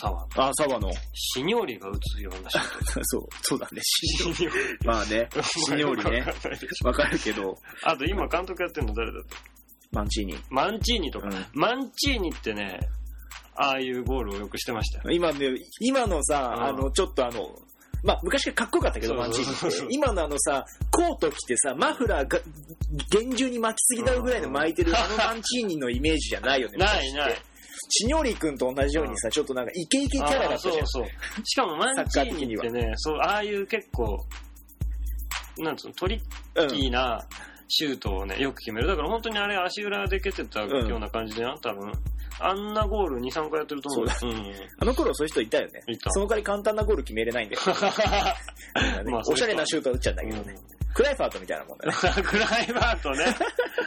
B: 沢。
A: あ、サバの。
B: シニョリが打つようなシュー
A: そう、そうだ ね。
B: ト。シニョリ。
A: まあね、シニョリね
B: わかんないでし
A: わかるけど、
B: ょ あと今監督やってるの誰だった
A: マンチーニ。
B: マンチーニとか。
A: う
B: マンチーニってね、ああいうゴールをよくしてましたよ。
A: ん、今ね、今のさ、
B: うん
A: あの、ちょっとあの、まあ、昔からかっこよかったけど、
B: そう
A: マンチー
B: そうそう
A: ニって。今のあのさ、コート着てさ、マフラーが、厳重に巻きすぎだぐらいの巻いてる、あのマンチーニのイメージじゃないよね。
B: ないない。
A: シニョリ君と同じようにさ、ちょっとなんかイケイケキャラだったじゃん。
B: あーそうそう。しかもマンチーニってね、そう、ああいう結構、なんつうの、トリッ
A: うん
B: キーなシュートをね、よく決める。だから本当にあれ足裏で蹴ってた
A: うん
B: ような感じでな、多分。あんなゴール2、3回やってると思う。う
A: あの頃そういう人いたよね。
B: ん。いた
A: そ。の代わり簡単なゴール決めれないんだよ。 なんかね
B: まあそう
A: おしゃれなシュートは打っちゃうんだけどね。クライファートみたいなもんだね。
B: うんクライバーとね、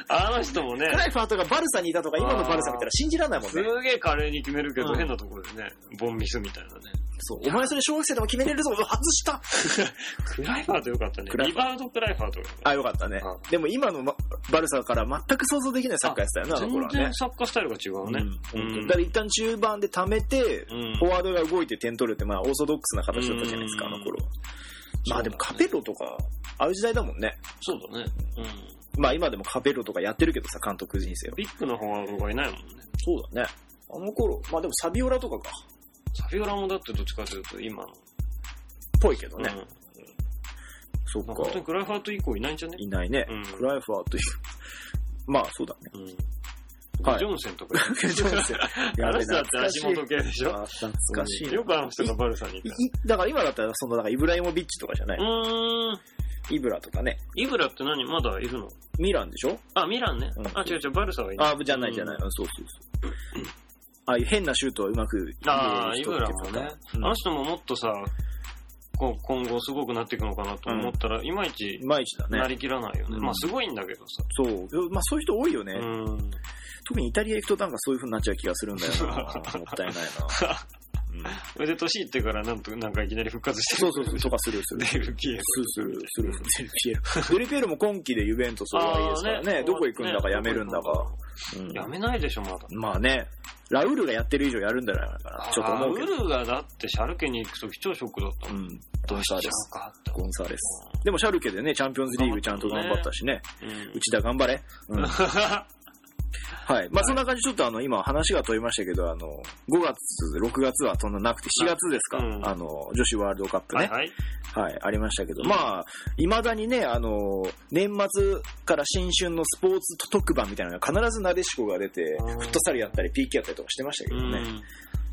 B: あの人もね
A: ク、ライファートがバルサにいたとか、今のバルサ見たら信じられないもん
B: す
A: ね。
B: げえ華麗に決めるけ
A: う
B: ど、
A: ん
B: 変なところでね、ボンミスみたいなね。
A: そう。お前それ小学生でも決めれるぞ、外した
B: クライバーとよかったね
A: ク。ライ
B: リバウンドクライバーとよかった
A: あ、よかったね
B: うん。
A: でも今のまバルサから全く想像できないサッカーやってたよな、あの頃
B: 全
A: はね
B: 然。サッカースタイルが違うね。
A: うん
B: うん
A: だから一旦中盤で溜めて、
B: うん
A: フォワードが動いて点取るって、まあ、オーソドックスな形だったじゃないですか、あ
B: うん
A: の頃は。ま
B: そ
A: あ
B: うだね
A: でもカペロとか、ああいう時代だもんね。
B: そうだね。うん。
A: まあ今でもカペロとかやってるけどさ、監督人生は。
B: ビッグのフォワードがいないもんね。
A: そうだね。あの頃、まあでもサビオラとかか、
B: サフィオラもだってどっちかというと今の。
A: ぽいけどね。
B: うん
A: そっ
B: まあ、
A: か
B: 本当。にグライファート以降いないんじゃね
A: いないね。
B: うん
A: クライファーという。まあそうだ ね。
B: うん。ジ
A: はい
B: ョンセンとか。
A: ジョンセン
B: あの人だって足元系でしょ
A: あ懐かしいな
B: よくあの人がバルサにい
A: い
B: た。
A: いだから今だったら、その、だからイブライモビッチとかじゃな
B: う
A: い、
B: ーん。
A: イブラとかね。
B: イブラって何まだいるの
A: ミランでしょ
B: あ、ミランね
A: うん。
B: あ、違う違う、バルサはいない。
A: あ、じゃないじゃない。
B: うん
A: うんそうそうそう。ああいう変なシュートはうまく入れる人
B: ああ、イブラも
A: っていう
B: ね
A: か。うん
B: あの人ももっとさ、こう今後すごくなっていくのかなと思ったら、いまいち
A: いまいちだ
B: な
A: ね。
B: りきらないよね。
A: うん
B: まあすごいんだけどさ。
A: そう。まあそういう人多いよね。
B: うん。
A: 特にイタリア行くとなんかそういう風になっちゃう気がするんだよ な。もったいないな。うん
B: それで年いってからなんと、なんかいきなり復活して
A: そうそうそう。とかするする。
B: デルピエロ。
A: するするする。デルピエロ。デルピエロも今季でユベントス終わりですからね。どこ行くんだかやめるんだか。。うん
B: やめないでしょ、まだ。
A: まあね、ラウールがやってる以上やるんじゃないかな。ちょっと思うけ
B: あ
A: ど。
B: ーウルがだってシャルケに行くとき超ショックだった
A: う
B: もん。
A: ん。
B: ど
A: ゴ
B: う
A: ン
B: しち
A: サ
B: ゃう
A: ーレス。
B: かって。
A: ゴンサーレス。でもシャルケでね、チャンピオンズリーグちゃんと頑張ったし ね。
B: うん
A: 内田頑張れ。うん。はい。まあそんな感じ、ちょっとあの、今話が飛びましたけど、あの、5月、6月はそんななくて、4月ですか。
B: うん
A: あの、女子ワールドカップ
B: は
A: ね
B: い。はい。
A: はい、ありましたけど、まあ、いまだにね、あの、年末から新春のスポーツ特番みたいなのが必ずなでしこが出て、
B: うん
A: フットサルやったり、PK やったりとかしてましたけ
B: う
A: どね、
B: ん。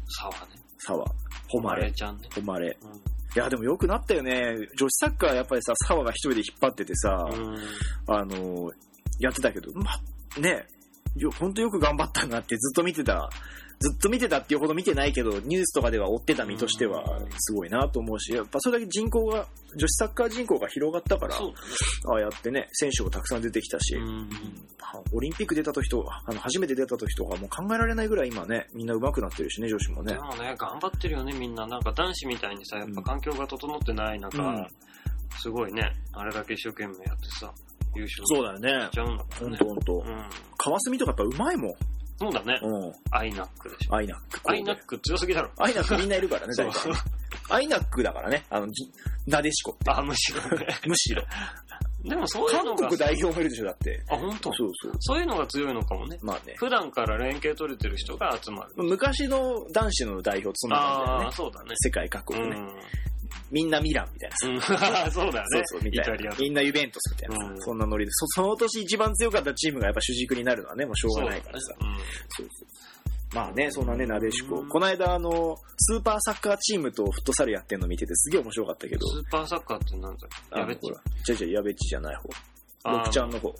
B: サワね。
A: サワ、誉れ、
B: ちゃんね。
A: 誉れ。
B: うん
A: いや、でも良くなったよね。女子サッカーやっぱりさ、サワが一人で引っ張っててさ、
B: うん
A: あの、やってたけど、まあ、ね、よ、ほんとよく頑張ったなってずっと見てた、ずっと見てたっていうほど見てないけど、ニュースとかでは追ってた身としては
B: うん、
A: すごいなと思うし、やっぱそれだけ人口が、女子サッカー人口が広がったから、
B: そう
A: ああやってね、選手もたくさん出てきたし、
B: う
A: うん
B: ん。
A: オリンピック出た時と、あの、初めて出た時とかもう考えられないぐらい今ね、みんな上手くなってるしね、女子も
B: で
A: ね。
B: もね、頑張ってるよね、みんな。なんか男子みたいにさ、やっぱ環境が整ってな
A: う
B: い
A: ん
B: 中、すごいね、あれだけ一生懸命やってさ、優勝
A: そうだよね
B: し。ちゃうんだか
A: ほ
B: ら
A: ん
B: ね
A: と。ほんと
B: う。ん。
A: 川澄とかやっぱ上手いもん。
B: そうだね。
A: うん。
B: アイナックでしょ。
A: アイナック。
B: アイナック強すぎだろ。
A: アイナックみんないるからね、
B: そ
A: 大
B: う
A: 体。アイナックだからね、あの、じなでし こって。
B: あ、むしろね。
A: むしろ。
B: でもそういう
A: 韓
B: のが
A: 国。代表もいるでしょ、だって。
B: あ、本当。
A: そうそう。
B: そういうのが強いのかもね。
A: まあね。
B: 普段から連携取れてる人が集まる。
A: 昔の男子の代表ってそんな感じだよ
B: ああ、
A: ね。
B: そうだね。
A: 世界各
B: う
A: 国
B: ん。
A: ね。みんなミランみたいなさ。
B: うん そうだよね。
A: そうそう、み
B: イ
A: た
B: タ
A: い
B: リア
A: な。
B: と
A: みんなユベントスみたいなさ、
B: うん
A: そんなノリでそ。その年一番強かったチームがやっぱ主軸になるのはね、もうしょう
B: そう
A: が
B: だ
A: な
B: ね
A: いからさ。
B: うん
A: そうそうまあね、そんなね、なでしこ
B: う。ん
A: この間、あの、スーパーサッカーチームとフットサルやってんの見ててすげえ面白かったけど、
B: スーパーサッカーってなんだっけ
A: あ
B: や
A: の
B: べっち
A: ほら、じゃじゃやべっちじゃない方。
B: あ
A: 六ちゃ
B: ー
A: んの方。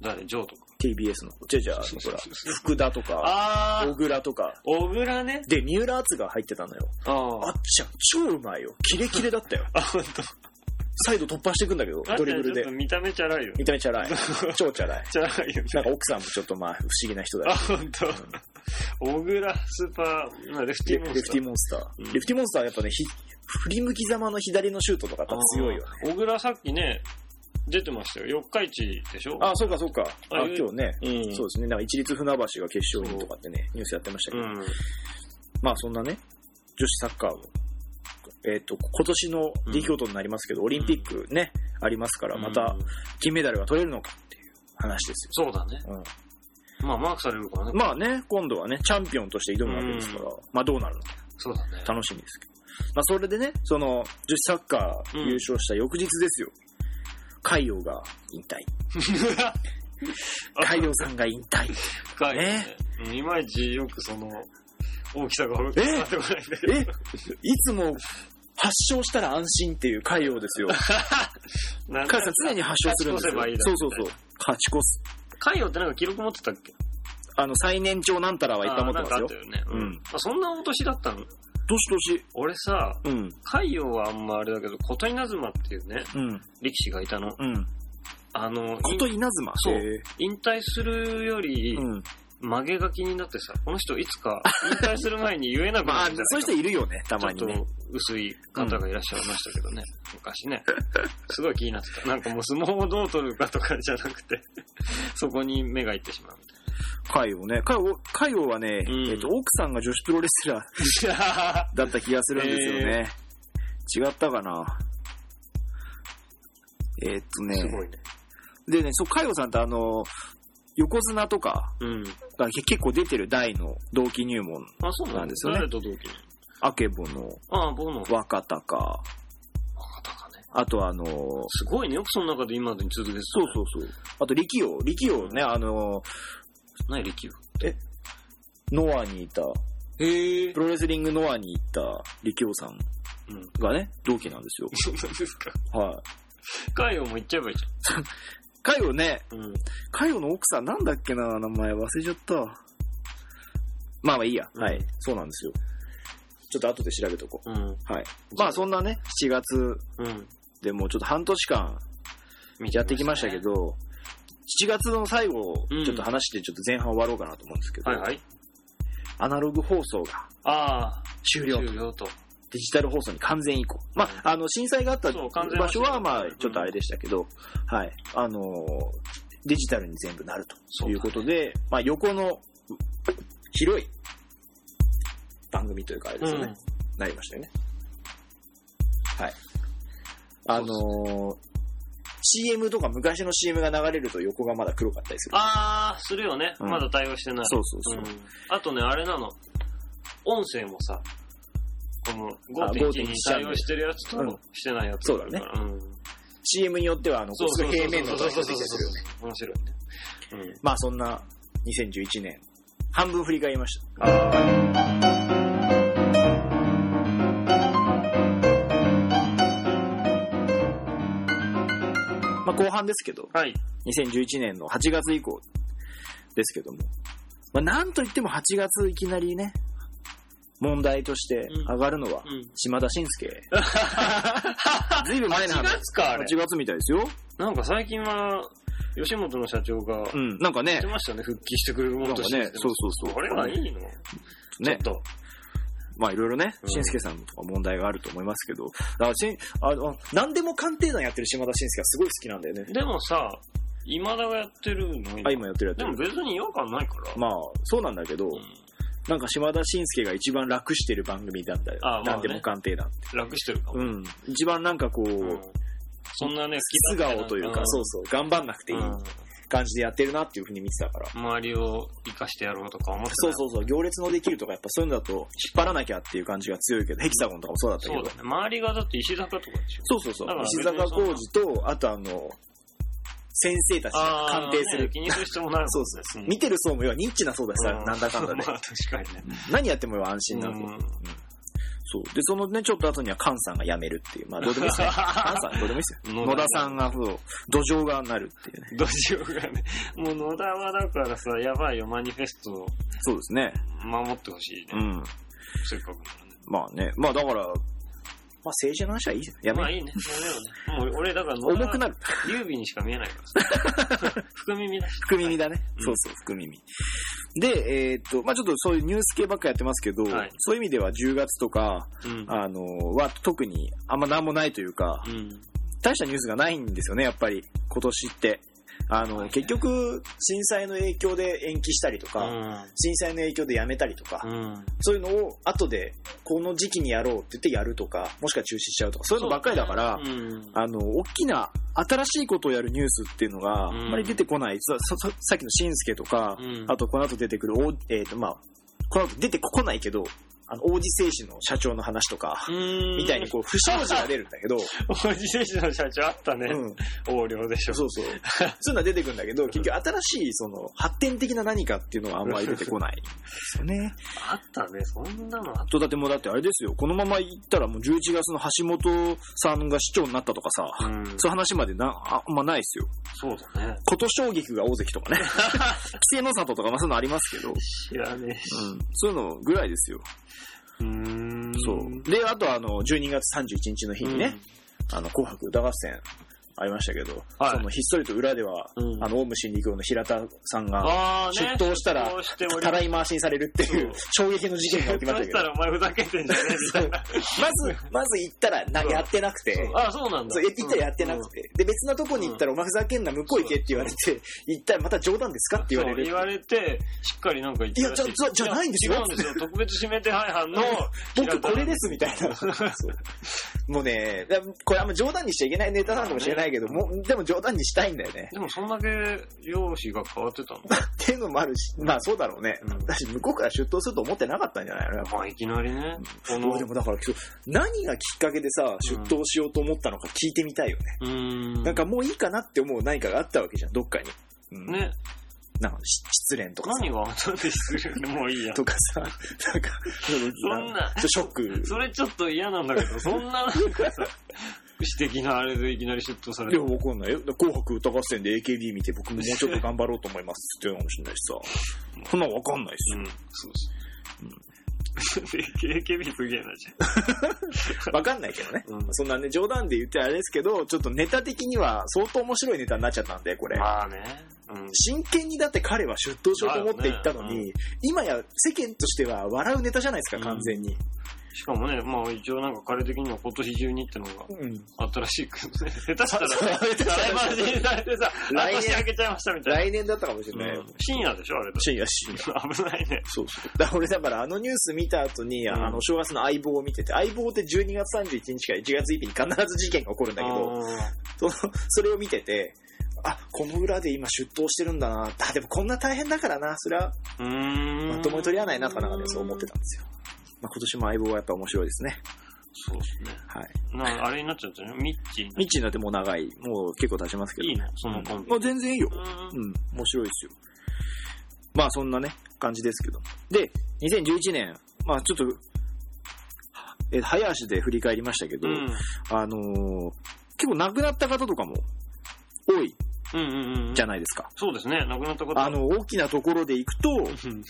B: 誰ジョーとか。
A: TBS の。じゃあじゃあ、ほら、福田とか、
B: あ
A: 小倉とか。
B: ー、小倉ね。
A: で、三浦敦が入ってたのよ。
B: あ
A: あ
B: あ
A: っ。ちゃん、超うまいよ。キレキレだったよ。
B: あ、ほんと。
A: サイド突破していくんだけど、
B: あ
A: ドリブル
B: ちょっ
A: で
B: と。見た目チャラいよね。
A: 見た目チャラい。超チャラい。
B: チャラいよね。
A: なんか奥さんもちょっとまあ、不思議な人だ
B: あ、
A: し。
B: ほんと。小倉、スーパー、まあレフテ
A: レ
B: ィーモン
A: レフテ
B: スタ
A: ィ
B: ー。
A: モンスタ
B: うん
A: ー。レフティモンスターはやっぱね、ひ振り向きざまの左のシュートとかやっぱ強いよね。
B: あー。小倉さっきね、出てましたよ。四日市でしょ
A: あ、そうかそうか。あ、
B: あ
A: 今日ね。
B: うん。
A: そうですね。なんか一律船橋が決勝にとかってね、ニュースやってましたけ
B: う
A: ど。
B: ん。
A: まあそんなね、女子サッカーを、えっ、と、今年の D 京都になりますけど、オリンピックね、ありますから、また
B: うん
A: 金メダルが取れるのかっていう話です
B: そうだね。
A: よ。
B: まあ、マークされるからね。
A: うん、まあね、今度はね、チャンピオンとして挑むわけですから、まあどうなるのか
B: そうだね。
A: 楽しみですけど。まあそれでね、その、女子サッカー優勝した翌日ですよ。海洋が引退。 海洋さんが引退。
B: 深いよね。うんいまいちよくその、大きさが分かってこないんだけど。
A: えいつも発症したら安心っていう海洋ですよ。
B: なんか
A: 海洋さん常に発症するんですよ。
B: 勝ち越せばいいだ
A: そ
B: ろ
A: う
B: う
A: そうそう。勝ち越す。
B: 海洋ってなんか記録持ってたっけ
A: あの、最年長なんたらはいっぱい持ってます
B: あーなんかあ
A: よ
B: った。よね。う
A: うん
B: ん。あそんなお年だったの
A: 年年。
B: 俺さ、
A: うん。
B: 海洋はあんまあれだけど、小稲妻っていうね、
A: うん。
B: 力士がいたの。
A: うん。
B: あの、
A: こと稲妻。
B: そう
A: へえ
B: 引引退するより、
A: うん。
B: 曲げが気になってさ、この人いつか引退する前に言えなく
A: ま
B: な
A: あ、
B: るんじゃ
A: そうい
B: な
A: う
B: い
A: 人
B: か
A: いるよね、たまに
B: ちょっ
A: ね。
B: と薄い方がいらっしゃいましたけどね、昔ね。すごい気になってた。なんかもう相撲をどう取るかとかじゃなくて、 そこに目がいってしまうみたいな。
A: 海洋ね。海洋、海洋はね、
B: うん
A: えっと、奥さんが女子プロレスラー だった気がするんですよね。違ったかな。えっとね。
B: すごいね。
A: でね、そう、海洋さんってあの、横綱とか
B: うん。
A: が結構出てる代の同期入門。
B: あ、そう
A: な
B: なんん
A: で
B: ですす
A: よ
B: よ
A: ね
B: ね。誰と同期な
A: アケボの
B: のあ、ボノ。若
A: 若鷹。
B: かね。
A: あとあの、
B: すごいね。よくその中で今までに続けて
A: そうそうそう。あと、力王。力王ね、あの、
B: う。ない、力夫。
A: ノアにいた、
B: へえ。
A: プロレスリングノアに行った力王さん
B: うん。
A: がね、同期なんです よ。
B: そうなんですか。
A: はい。
B: 海洋も行っちゃえばいいじ
A: カヨね、
B: ゃん。うん。
A: カヨの奥さんなんだっけな、名前忘れちゃった。まあまあいいや。
B: うん
A: はい。そうなんですよ。ちょっと後で調べとこ
B: うん。
A: う。はい。まあそんなね、7月
B: うん。
A: でもうちょっと半年間やってきましたけ。ど、7月の最後、
B: うん
A: ちょっと話して、ちょっと前半終わろうかなと思うんですけど、
B: はいはい。
A: アナログ放送が
B: ああ、
A: 終了と
B: 終了と。
A: デジタル放送に完全移行。まあ、あの、震災があった
B: そう完全
A: 場所は、
B: 移行
A: まあ、ちょっとあれでしたけど、はい。あのー、デジタルに全部なる
B: そ
A: と
B: うだね
A: いうことで、まあ、横の広い番組というか、あれですよね、
B: うん
A: なりましたよね。はい。あのー、CM とか昔の CM が流れると横がまだ黒かったりする。
B: ああ、するよね。
A: うん
B: まだ対応してない。
A: そうそうそう。
B: んあとね、あれなの。音声もさ、この5.1に対応してるやつ
A: うん
B: としてないやつがあるから。うん
A: CM によっては、あの、こ
B: そう
A: っち
B: そう
A: の
B: そう
A: 平面の
B: そう
A: とか
B: そう
A: 出て
B: そう
A: きたりするよね
B: そう。面白いね。うん。
A: まあそんな2011年、半分振り返りました。まあ後半ですけど、
B: はい。
A: 2011年の8月以降ですけども、まあなんといっても8月いきなりね、問題として上がるのは、
B: うん。
A: 島田紳 介。ずいぶん前の話。
B: 4月か、あれ
A: 8。月みたいですよ。
B: なんか最近は、吉本の社長が、
A: う
B: 言
A: ん。なんかね
B: って、ましたね、復帰してくれるものとして。
A: なんかねそうそうそう
B: これはいいの
A: ね
B: ち、ょっ
A: まあいろいろね、
B: うん
A: 紳介さんとか問題があると思いますけど、だからしんあの、何でも鑑定団やってる島田紳介がすごい好きなんだよね
B: と。。でもさ、今田がやってるの
A: あ、今やってるやって
B: でも
A: る。
B: 別に違和感ないから。
A: まあ、そうなんだけど、
B: うん
A: なんか島田紳介が一番楽してる番組だったよ。
B: あまあね
A: 何でも鑑定団って。
B: 楽してるかも。
A: うん。一番なんかこう、
B: うんそんなね、
A: 素顔というか、そうそう、頑張んなくていい
B: うん
A: 感じでやってるなっていうふうに見てたから。
B: 周りを生かしてやろうとか思ってた
A: そうそうそう、行列のできるとか、やっぱそういうのだと引っ張らなきゃっていう感じが強いけど、ヘキサゴンとかもそうだったけ
B: そう
A: ど
B: だ。ね。周りがだって石坂とかでしょ。
A: そうそうそう
B: だか。ら
A: 石坂浩二と、あとあの、先生たちが
B: あー
A: 鑑定する
B: ね。気にする必要もないもんね。
A: そうそう
B: うん
A: 見てる層も要はニッチな層だしさ、
B: うん
A: なんだかんだで
B: まあ。確かにね。
A: 何やっても要は安心な
B: うん
A: だ。
B: ん
A: そう。で、そのね、ちょっと後には菅さんが辞めるっていう。まあ、どうでもいいです ね。菅さん、どうでもいいですよ。野田さんが、そう、土壌側になるっていうね。
B: どうしようかね。もう野田はだからさ、やばいよ、マニフェストを
A: そうですね。
B: 守ってほしいうね。
A: ん。
B: せっかくならね。
A: まあね。まあ、だから、まあ、政治の話はいいじゃん。やめ、
B: まあいいね。やめようね。もう俺だから野
A: 重く
B: 田、
A: なる。
B: 劉備にしか見えないから さ。含み見出し。
A: 福耳だね。
B: うん
A: そうそう、福耳。で、えーっと、まあちょっとそういうニュース系ばっかやってますけど、
B: はい
A: そういう意味では10月とか、
B: うん。
A: あのは特にあんまなんもないというか、
B: うん。
A: 大したニュースがないんですよね、やっぱり、今年って。あの、
B: はい
A: 結局、震災の影響で延期したりとか、震災の影響でやめたりとか、
B: うん。
A: そういうのを後で、この時期にやろうって言ってやるとか、もしくは中止しちゃうとか、そういうのばっかりだから、
B: うん。
A: あの、大きな新しいことをやるニュースっていうのが、あ
B: うん
A: んまり出てこない。さささっきのしんすけとか、
B: うん
A: あとこの後出てくる、おえっ、と、まあ、この後出てこないけど、あの、王子製紙の社長の話とか、
B: うん。
A: みたいにこう、不祥事が出るんだけ ど、う
B: 大路選手の社長あったね。
A: ん、
B: 横領でしょ。
A: そうそう。そういうのは出てくるんだけど、結局新しい、その、発展的な何かっていうのはあんまり出てこ ないんですよね。
B: あったね、そんなのあっ
A: と、だってもうだってあれですよ、このまま行ったらもう11月の橋本さんが市長になったとかさ、
B: た。うん。
A: そういう話までな、ああんまないですよ。
B: そうだね。
A: 琴衝撃が大関と かね。稀勢の里とかまあそういうのありますけど、
B: 知らねえし。
A: そういうのぐらいですよ。
B: うん。
A: そう。で、あとあの、12月31日の日にね、あの、紅白歌合戦ありましたけど、
B: はい
A: そのひっそりと裏では、
B: うん。うん。
A: あの、オウム真理教の平田さんが、
B: あーね、
A: 出頭したら
B: 出頭して
A: た
B: 俺
A: らい回しにされるっていう衝撃の事件が起きました
B: 出
A: け
B: 頭 した
A: ど、
B: らお前ふざけてんじゃねえみたいな。
A: まず、まず行ったらな
B: そう
A: やってなくて、
B: あ、そうなんだ。
A: そう行ったらやってなくて、で、別なとこに行ったらお前ふざけんな、向こう行けって言われて、行ったらまた冗談ですかって
B: うん。
A: 言
B: そう
A: われる
B: 言。われて、しっかりなんか言って
A: いや、じゃ、じゃ、じゃないんです
B: 違
A: よ
B: うん。ですよ。特別指名手 配犯の、
A: 僕これですみたいな。もうね、だこれあんま冗談にしちゃいけないネタなのかもしれないけど、もうでも冗談にしたいんだよね。
B: でもそんだけ容姿が変わってたの。
A: っていうのもあるし、まあそうだろうね。
B: うん
A: 私向こうから出頭すると思ってなかったんじゃないのやっぱ
B: まあいきなりね、こ
A: も
B: の
A: うで、もだから、そう何がきっかけでさ、出頭しようと思ったのか聞いてみたいよね。
B: うーん。
A: なんかもういいかなって思う何かがあったわけじゃん、どっかに。うん、
B: ね、
A: なんかし失恋とかさ
B: 何。があったんでするのもういいや。
A: とかさ、なんか、
B: そんな
A: ちょショック。
B: それちょっと嫌なんだけど、そんななんかさ、私的なあれでいきなり出頭さ
A: い
B: れ
A: や、
B: て。
A: わかんないよ。紅白歌合戦で AKB 見て僕ももうちょっと頑張ろうと思いますっていうのかもしれないしさ。そんなんわかんないっす
B: う
A: よ
B: ん、そう そう。AKB すげえな、じゃ
A: わかんないけどね。
B: あ。うん
A: そんなね、冗談で言ってあれですけど、ちょっとネタ的には相当面白いネタになっちゃったんで、これ。
B: まあね。うん。
A: 真剣にだって彼は出頭しようと思って行ったの
B: だよ
A: に、今や世間としては笑うネタじゃないですか、完全に。
B: しかもね、まあ一応なんか彼的には今年中にってのが
A: うん。
B: あったらしいけ どね。下手したら
A: そう
B: さ、大魔神されてさ、あ
A: 来年
B: 年開けちゃいましたみたい
A: 来年だったかもしれ
B: な。
A: ない。
B: うん深夜でしょ、あれだ
A: 深夜、深夜。
B: 危ないね。
A: そうそう。だから俺だからあのニュース見た後に、
B: うん
A: あの、正月の相棒を見てて、相棒って12月31日から1月1日に必ず事件が起こるんだけど、その、それを見てて、あ、この裏で今出頭してるんだな。あ、でもこんな大変だからな。それは
B: うーん。
A: まともに取り合わないなとかなんかね、そう思ってたんですよ。まあ、今年も相棒はやっぱ面白いですね。
B: そうですね。
A: はい。
B: なんかあれになっちゃったね。ミッチー
A: ミッチーになってもう長い。もう結構経ちますけど。
B: いいね、そのコンビ。
A: まあ全然いいよ。
B: う
A: うん、面白いですよ。まあそんなね、感じですけど。で、2011年、まあちょっと、え早足で振り返りましたけど、
B: ん。
A: あのー結構亡くなった方とかも多い
B: うんうんうん。
A: じ
B: じ
A: ゃ
B: ゃ
A: ないですか。
B: そうですね、亡くなったこと
A: あ、 の、大きなところで行くと、
B: うん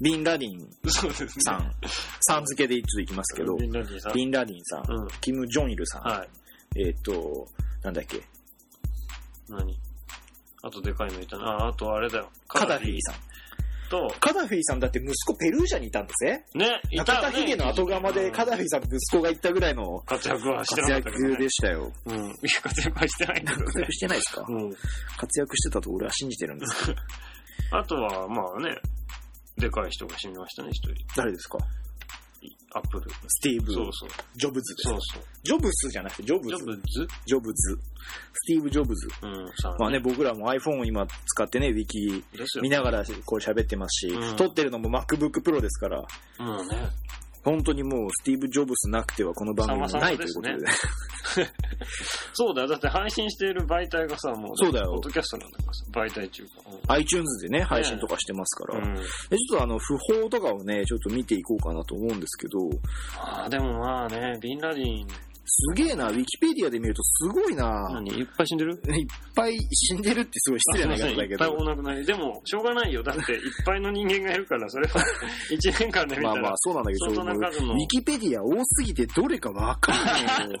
A: ビンラディン
B: そうですね。
A: さん、さん付けでちょっと行きますけど
B: ビ、ンラディさん。
A: ビンラディンさん、
B: うん。
A: キム・ジョンイルさん、
B: はい。
A: えっ、と、なんだっけ、
B: 何あとでかいのいたな。ああとあれだよ。
A: カダフィーさん。
B: と、
A: カダフィーさんだって息子ペルージャにいたんですね。
B: ね、い
A: 中
B: た
A: 田
B: ね。
A: ヒゲの後釜でカダフィさんの息子が行ったぐらいの
B: 活躍はしてな
A: 活
B: かったけど、ね。
A: 躍でしたよ。
B: うん。いや、活躍はしてないけど
A: 活
B: ね
A: 躍。してないですか
B: うん。
A: 活躍してたと俺は信じてるん ですけど。
B: あとは、まあね、でかい人が死にましたね、一人。
A: 誰ですか
B: アップル。
A: スティーブ
B: そうそう。
A: ジョブズです
B: そうそう。
A: ジョブスじゃなくて、ジョブ
B: ジ
A: ズ
B: ョ。ブズ
A: ジョブズ。スティーブ・ジョブズ。
B: うん、さん。
A: まあね、僕らも iPhone を今使ってね、ウィキ
B: ですよ
A: 見。ながらこう喋ってますし
B: う、ん
A: 撮ってるのも MacBook Pro ですから、
B: もうね。
A: 本当にもうスティーブ・ジョブスなくてはこの番組はないということで。
B: そうだよ。だって配信している媒体がさ、もう、
A: そうだよ
B: ポッドキャストなんだからさ、媒体中か。
A: iTunes でね、配信とかしてますから。
B: うん。う
A: で
B: ん
A: ちょっとあの、不法とかをね、ちょっと見ていこうかなと思うんですけど、
B: ああ、でもまあね、ビンラディン、
A: すげえな、ウィキペディアで見るとすごいな、
B: 何いっぱい死んでる
A: いっぱい死んでるってすごい失礼な
B: あすい
A: 方
B: ませ
A: だ
B: んい
A: け
B: っぱいお
A: ど、
B: 亡くなり。でも、しょうがないよ。だって、いっぱいの人間がいるから、それ は、1年間で見
A: ま
B: た
A: あまあ
B: ら、
A: そうなんだけ
B: 相
A: ど、
B: 当
A: もう
B: な
A: ウ
B: 数の。
A: ィキペディア多すぎてどれかわか んないよ。もっとこ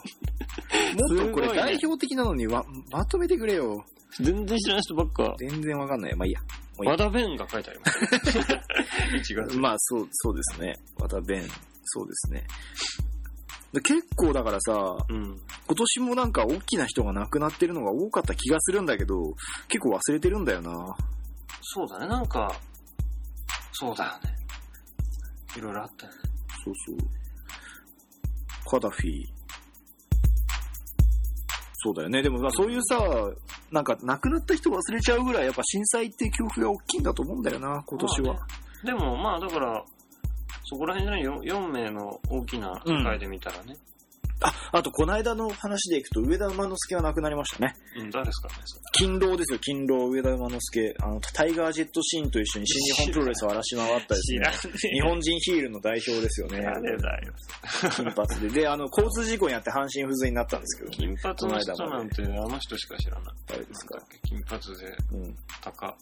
A: れ
B: すごいね
A: 代表的なのにわまとめてくれよ。
B: 全然知らない人ばっか。
A: 全然わかんない。まあいいや。もういい
B: 和田弁が書いてあります。1月。
A: まあそう、そうですね。また弁、そうですね。で結構だからさ、
B: うん。
A: 今年もなんか大きな人が亡くなってるのが多かった気がするんだけど、結構忘れてるんだよな。
B: そうだね、なんか、そうだよね。いろいろあったよね。
A: そうそう。カダフィ。そうだよね。でもまあそういうさ、なんか亡くなった人忘れちゃうぐらいやっぱ震災って恐怖が大きいんだと思うんだよな、今年は。
B: まあねでも、まあだから、そこら辺じゃない 4, 名の大きな世界で見たらね。
A: あ、あとこの間の話でいくと上田馬之助が亡くなりましたね。
B: うん、誰ですかね、そ
A: 勤労ですよ、勤労、上田馬之助。あの、タイガージェットシーンと一緒に新日本プロレスを荒らし回ったですね。
B: ね
A: 日本人ヒールの代表ですよね。
B: 誰だよ。
A: 金髪で。で、あの、交通事故にあって半身不随になったんですけど、
B: 金髪の人なんて、あの人しか知らない。
A: 誰ですか
B: なんだっけ金髪で、
A: うん。
B: 高、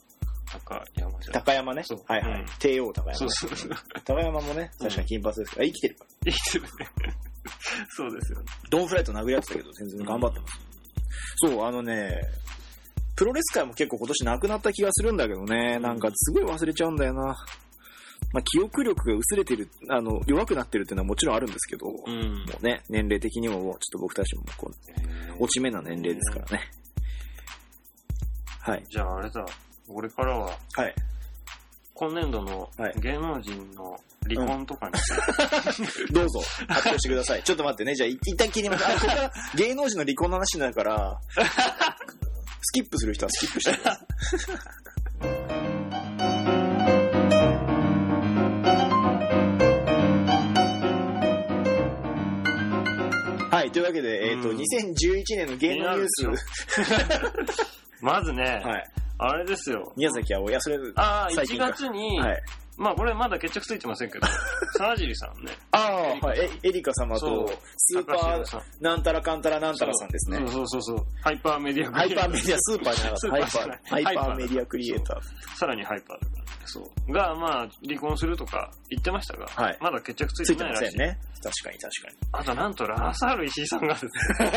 B: 高山じゃん。
A: 高山ね
B: そう。
A: はいは
B: う
A: い
B: ん。
A: 帝王高山
B: そ
A: ね
B: う。そうそう。
A: 高山もね、確かに金髪ですけど、あ生きてるから。
B: いいですよね。 そうですよね。
A: ドンフライト殴り合ってたけど、全然頑張ってます。そう、あのね、プロレス界も結構今年なくなった気がするんだけどね、なんかすごい忘れちゃうんだよな。まあ、記憶力が薄れてる、あの、弱くなってるっていうのはもちろんあるんですけど、
B: う
A: も
B: ん。
A: うね、年齢的にももうちょっと僕たちもこう、落ち目な年齢ですからね。はい。
B: じゃああれだ、俺からは、
A: はい。
B: 今年度の
A: はい
B: 芸能人の離婚とかに、
A: どうぞ、発表してください。ちょっと待ってね、じゃあ一旦切りましょう。あ、ここから芸能人の離婚の話になる から、スキップする人はスキップしてください。はい、というわけで、えっ、と、
B: うん
A: 2011年の芸能ニュース、
B: 気になるで まずね、
A: はい、
B: あれですよ。
A: 宮崎あおや、それ、は
B: ああ、
A: 最近
B: 1
A: か
B: 月に、
A: い。
B: まあこれまだ決着ついてません けど、沢尻さんね。
A: ああ、はい、えエリカ様と
B: そう、
A: スーパ
B: 高
A: ー
B: 橋さん。
A: なんたらかんたらなんたらさんですね。
B: そうそうそうそう。ハイパーメディア
A: ハイパーメディア、スーパーじゃなかった。
B: ス
A: ハ
B: ー
A: イ
B: パー
A: パー、ハイパ
B: ハイパ
A: ー
B: ー
A: メディアクリエイター。
B: さらにハイパーだからね。そう。が、まあ、離婚するとか言ってましたが、
A: はい
B: まだ決着つ
A: つ
B: い
A: い
B: て
A: て
B: ない
A: ま
B: ら
A: せ
B: しい。
A: んね。確かに確
B: あと、なんと、ラサール石井さんがですね、
A: かに。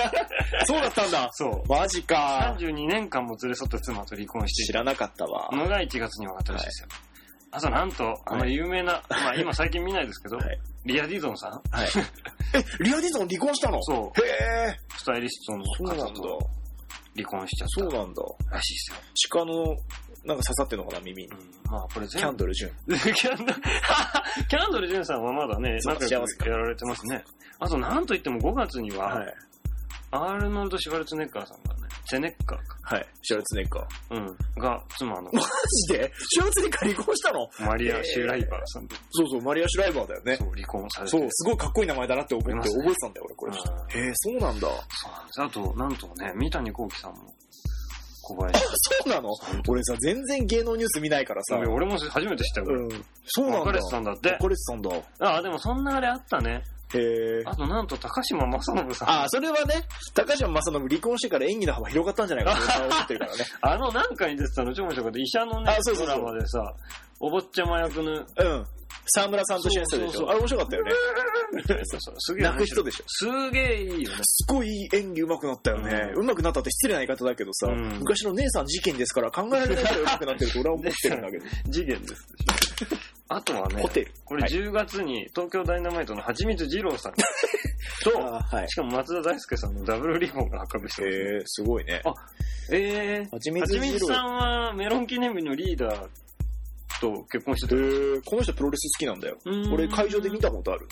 A: そうだったんだ
B: そう。
A: マジか。
B: 32年間も連れ添った妻と離婚してい
A: 知
B: た
A: らなかったわ。
B: のが1月に分かったらしいですよ。あと、なんと、あの、有名な、まあ、今最近見ないですけど、
A: はい
B: リア・ディゾンさん
A: リアディゾン離婚したの
B: そ
A: へえ。
B: う、スタイリストの
A: そうなんだ
B: 方。と離婚しちゃっ
A: そう
B: た
A: なんだ。
B: らしいですよ。
A: 鹿の、なんか刺さってんのかな、耳に。
B: うん、まあ、これ
A: キ
B: 全
A: ャ
B: 部
A: ンドル純。
B: キャンドル、キャンドル・ジュンさんはまだね、
A: そう
B: 仲良くやられてますね。あと、なんといっても5月には、
A: い。
B: アールノルド・シュバルツェネッカーさんがね、セネッカーか。
A: はい。シュラツェネッカー。
B: うん。が、妻 の
A: マジでシュラツェネッカー離婚したの
B: マリア・シュライバーさんと、
A: そうそう、マリア・シュライバーだよね
B: そ。う、離婚されて
A: そう
B: る。、
A: すごいかっこいい名前だなって思って
B: いま
A: 覚
B: すね
A: えてたんだよ、俺、こ
B: うん
A: れ。
B: そう
A: へえ、そうなんだ。
B: なんです。あと、なんとね、三谷幸喜さんも、小林さ
A: そうなの俺さ、全然芸能ニュース見ないからさ。
B: ん。俺も初めて知ったよ、これ
A: ん。そうなんだ。
B: 別れてたんだって。
A: 別れてたんだ。へ
B: ああ、でもそんなあれあったね。
A: え。
B: あと、なんと、高島正信さん。
A: ああ、それはね、高島正信離婚してから演技の幅広がったんじゃないか と俺は思ってるからね。
B: あの、なんかに出てたの、ちょこちょこで、医者のね
A: あ、そうそうそう
B: ドラマでさ、お坊ちゃま 役
A: う
B: の、
A: ん。沢村さんと主演してたでし
B: そうそうそ
A: ょ。
B: う
A: あれ面白かったよね。
B: みたいなさ、すげえ面白い。
A: 泣く人でしょ。
B: すげえいいよね。
A: すごいいい演技上手くなったよね。
B: う
A: 上手くなったって失礼な言い方だけどさ、
B: うん
A: 昔の姉さん事件ですから考えられないぐらい上手くなってると俺は思ってるんだけど。
B: 次元です。あとはね
A: ホ、テル。
B: これ
A: はい
B: 10月に東京ダイナマイトの蜂蜜二 郎さん
A: あ
B: と、
A: あはい。
B: しかも松田大輔さんのダブルリボンが発覚して
A: へ
B: ます。
A: え、すごいね。
B: え
A: はち
B: ー、
A: みつ
B: 蜂蜜
A: 二
B: さ
A: 郎。
B: んはメロン記念日のリーダーと結婚して
A: へ
B: た。
A: え、この人プロレス好きなんだよ。俺会場で見
B: た。
A: たことある。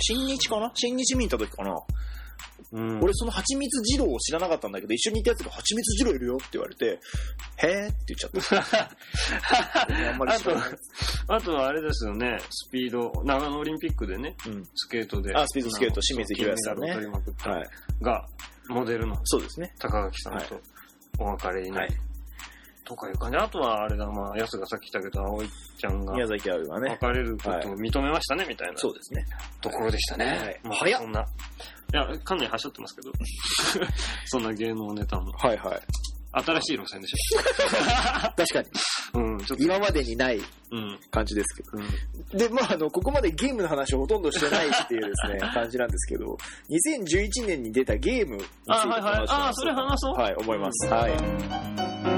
A: 新日かな新日見に行った時かな
B: うん
A: 俺その蜂蜜二郎を知らなかったんだけど、一緒にいたやつが蜂蜜二郎いるよって言われて、へーって言っちゃった。 あんまり知らない。
B: あとはあれですよね、スピード、長野オリンピックでね、
A: うん
B: スケートで。
A: あスピードスケート清水宏保さ
B: さ
A: ん
B: ん、
A: ね
B: 金メダルを取りまくった、
A: はい。
B: が、モデルの
A: そうですね。
B: 高垣さんとお別れにな
A: は
B: る、
A: い。
B: とかいう感じ。あとはあれだ、まあ、安がさっき言ったけど、葵ちゃんが
A: 宮崎あおいはね。
B: 別れることを
A: はい
B: 認めましたね、みたいな
A: そうですね。
B: ところでしたね。
A: はい
B: まあ
A: 早っ
B: そんな。いや、かなりはしょってますけど。 そんな芸能ネタも。
A: はいはい。
B: 新しい路線でし
A: 確かに。
B: ょ。うん、ちょっと。
A: 今までにない
B: うん、
A: 感じですけ
B: う
A: ど。
B: ん。
A: で、まあ、あの、ここまでゲームの話をほとんどしてないっていうですね、感じなんですけど、2011年に出たゲームについて
B: あ、はい
A: 話
B: はい。
A: し
B: あ
A: ま
B: ー、
A: す
B: それ話そう。
A: はい、思います。はい。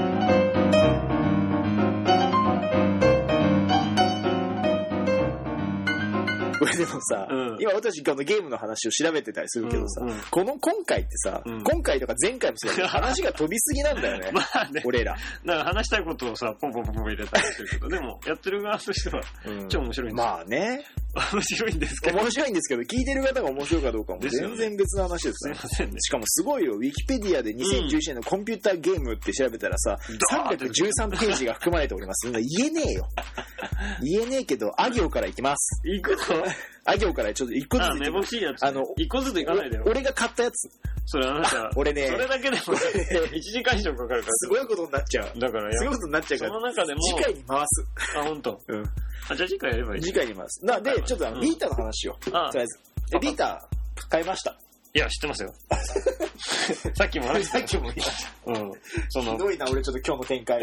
A: これでもさ、
B: うん
A: 今私あのゲームの話を調べてたりするけどさ、
B: うんうん
A: この今回ってさ、
B: うん
A: 今回とか前回もそうだけど話が飛びすぎなんだよね
B: 。まあね、
A: 俺ら。
B: だから話したいことをさ、ポンポンポンポン入れたりするけど、でも、やってる側としては、超面白いんですよ。
A: まあね、
B: 面白いんですけど。
A: 面白いんですけど、聞いてる方が面白いかどうかも
B: ですよね
A: 全然別の話です
B: すい
A: ね
B: ま。せんね。
A: しかもすごいよ、ウィキペディアで2011年のコンピューターゲームって調べたらさ、
B: ダーって
A: 313ページが含まれております。そんな言えね えよ。言えねえけど、あ行から行きます。
B: 行くと
A: あ行からちょっと一個ずつ
B: あ、
A: 行
B: め
A: き
B: ぼ
A: ます。
B: しいやつ。
A: あの
B: 一個ずつ行かないでよ
A: お。俺が買ったやつ。
B: それあなた、
A: 俺ね
B: そ、れだけでも、1時間以上かかるか
A: すごいことになっちゃう。
B: ら。だから
A: すごい
B: や、
A: ことになっちゃうか
B: そ
A: ら、
B: の中でも、
A: 次回に回す。
B: あ、本当。
A: うん
B: あ、じゃあ次回やればいい。
A: 次回に回す。な、で、ちょっとあの、
B: うん
A: リーターの話を。
B: あ
A: とりあえず。でリーター、買いました。
B: いや、知ってますよ。 さっきも話した。
A: さっきも言いまし
B: うん。そ
A: ひ
B: の、
A: どいな、俺ちょっと今日の展 開。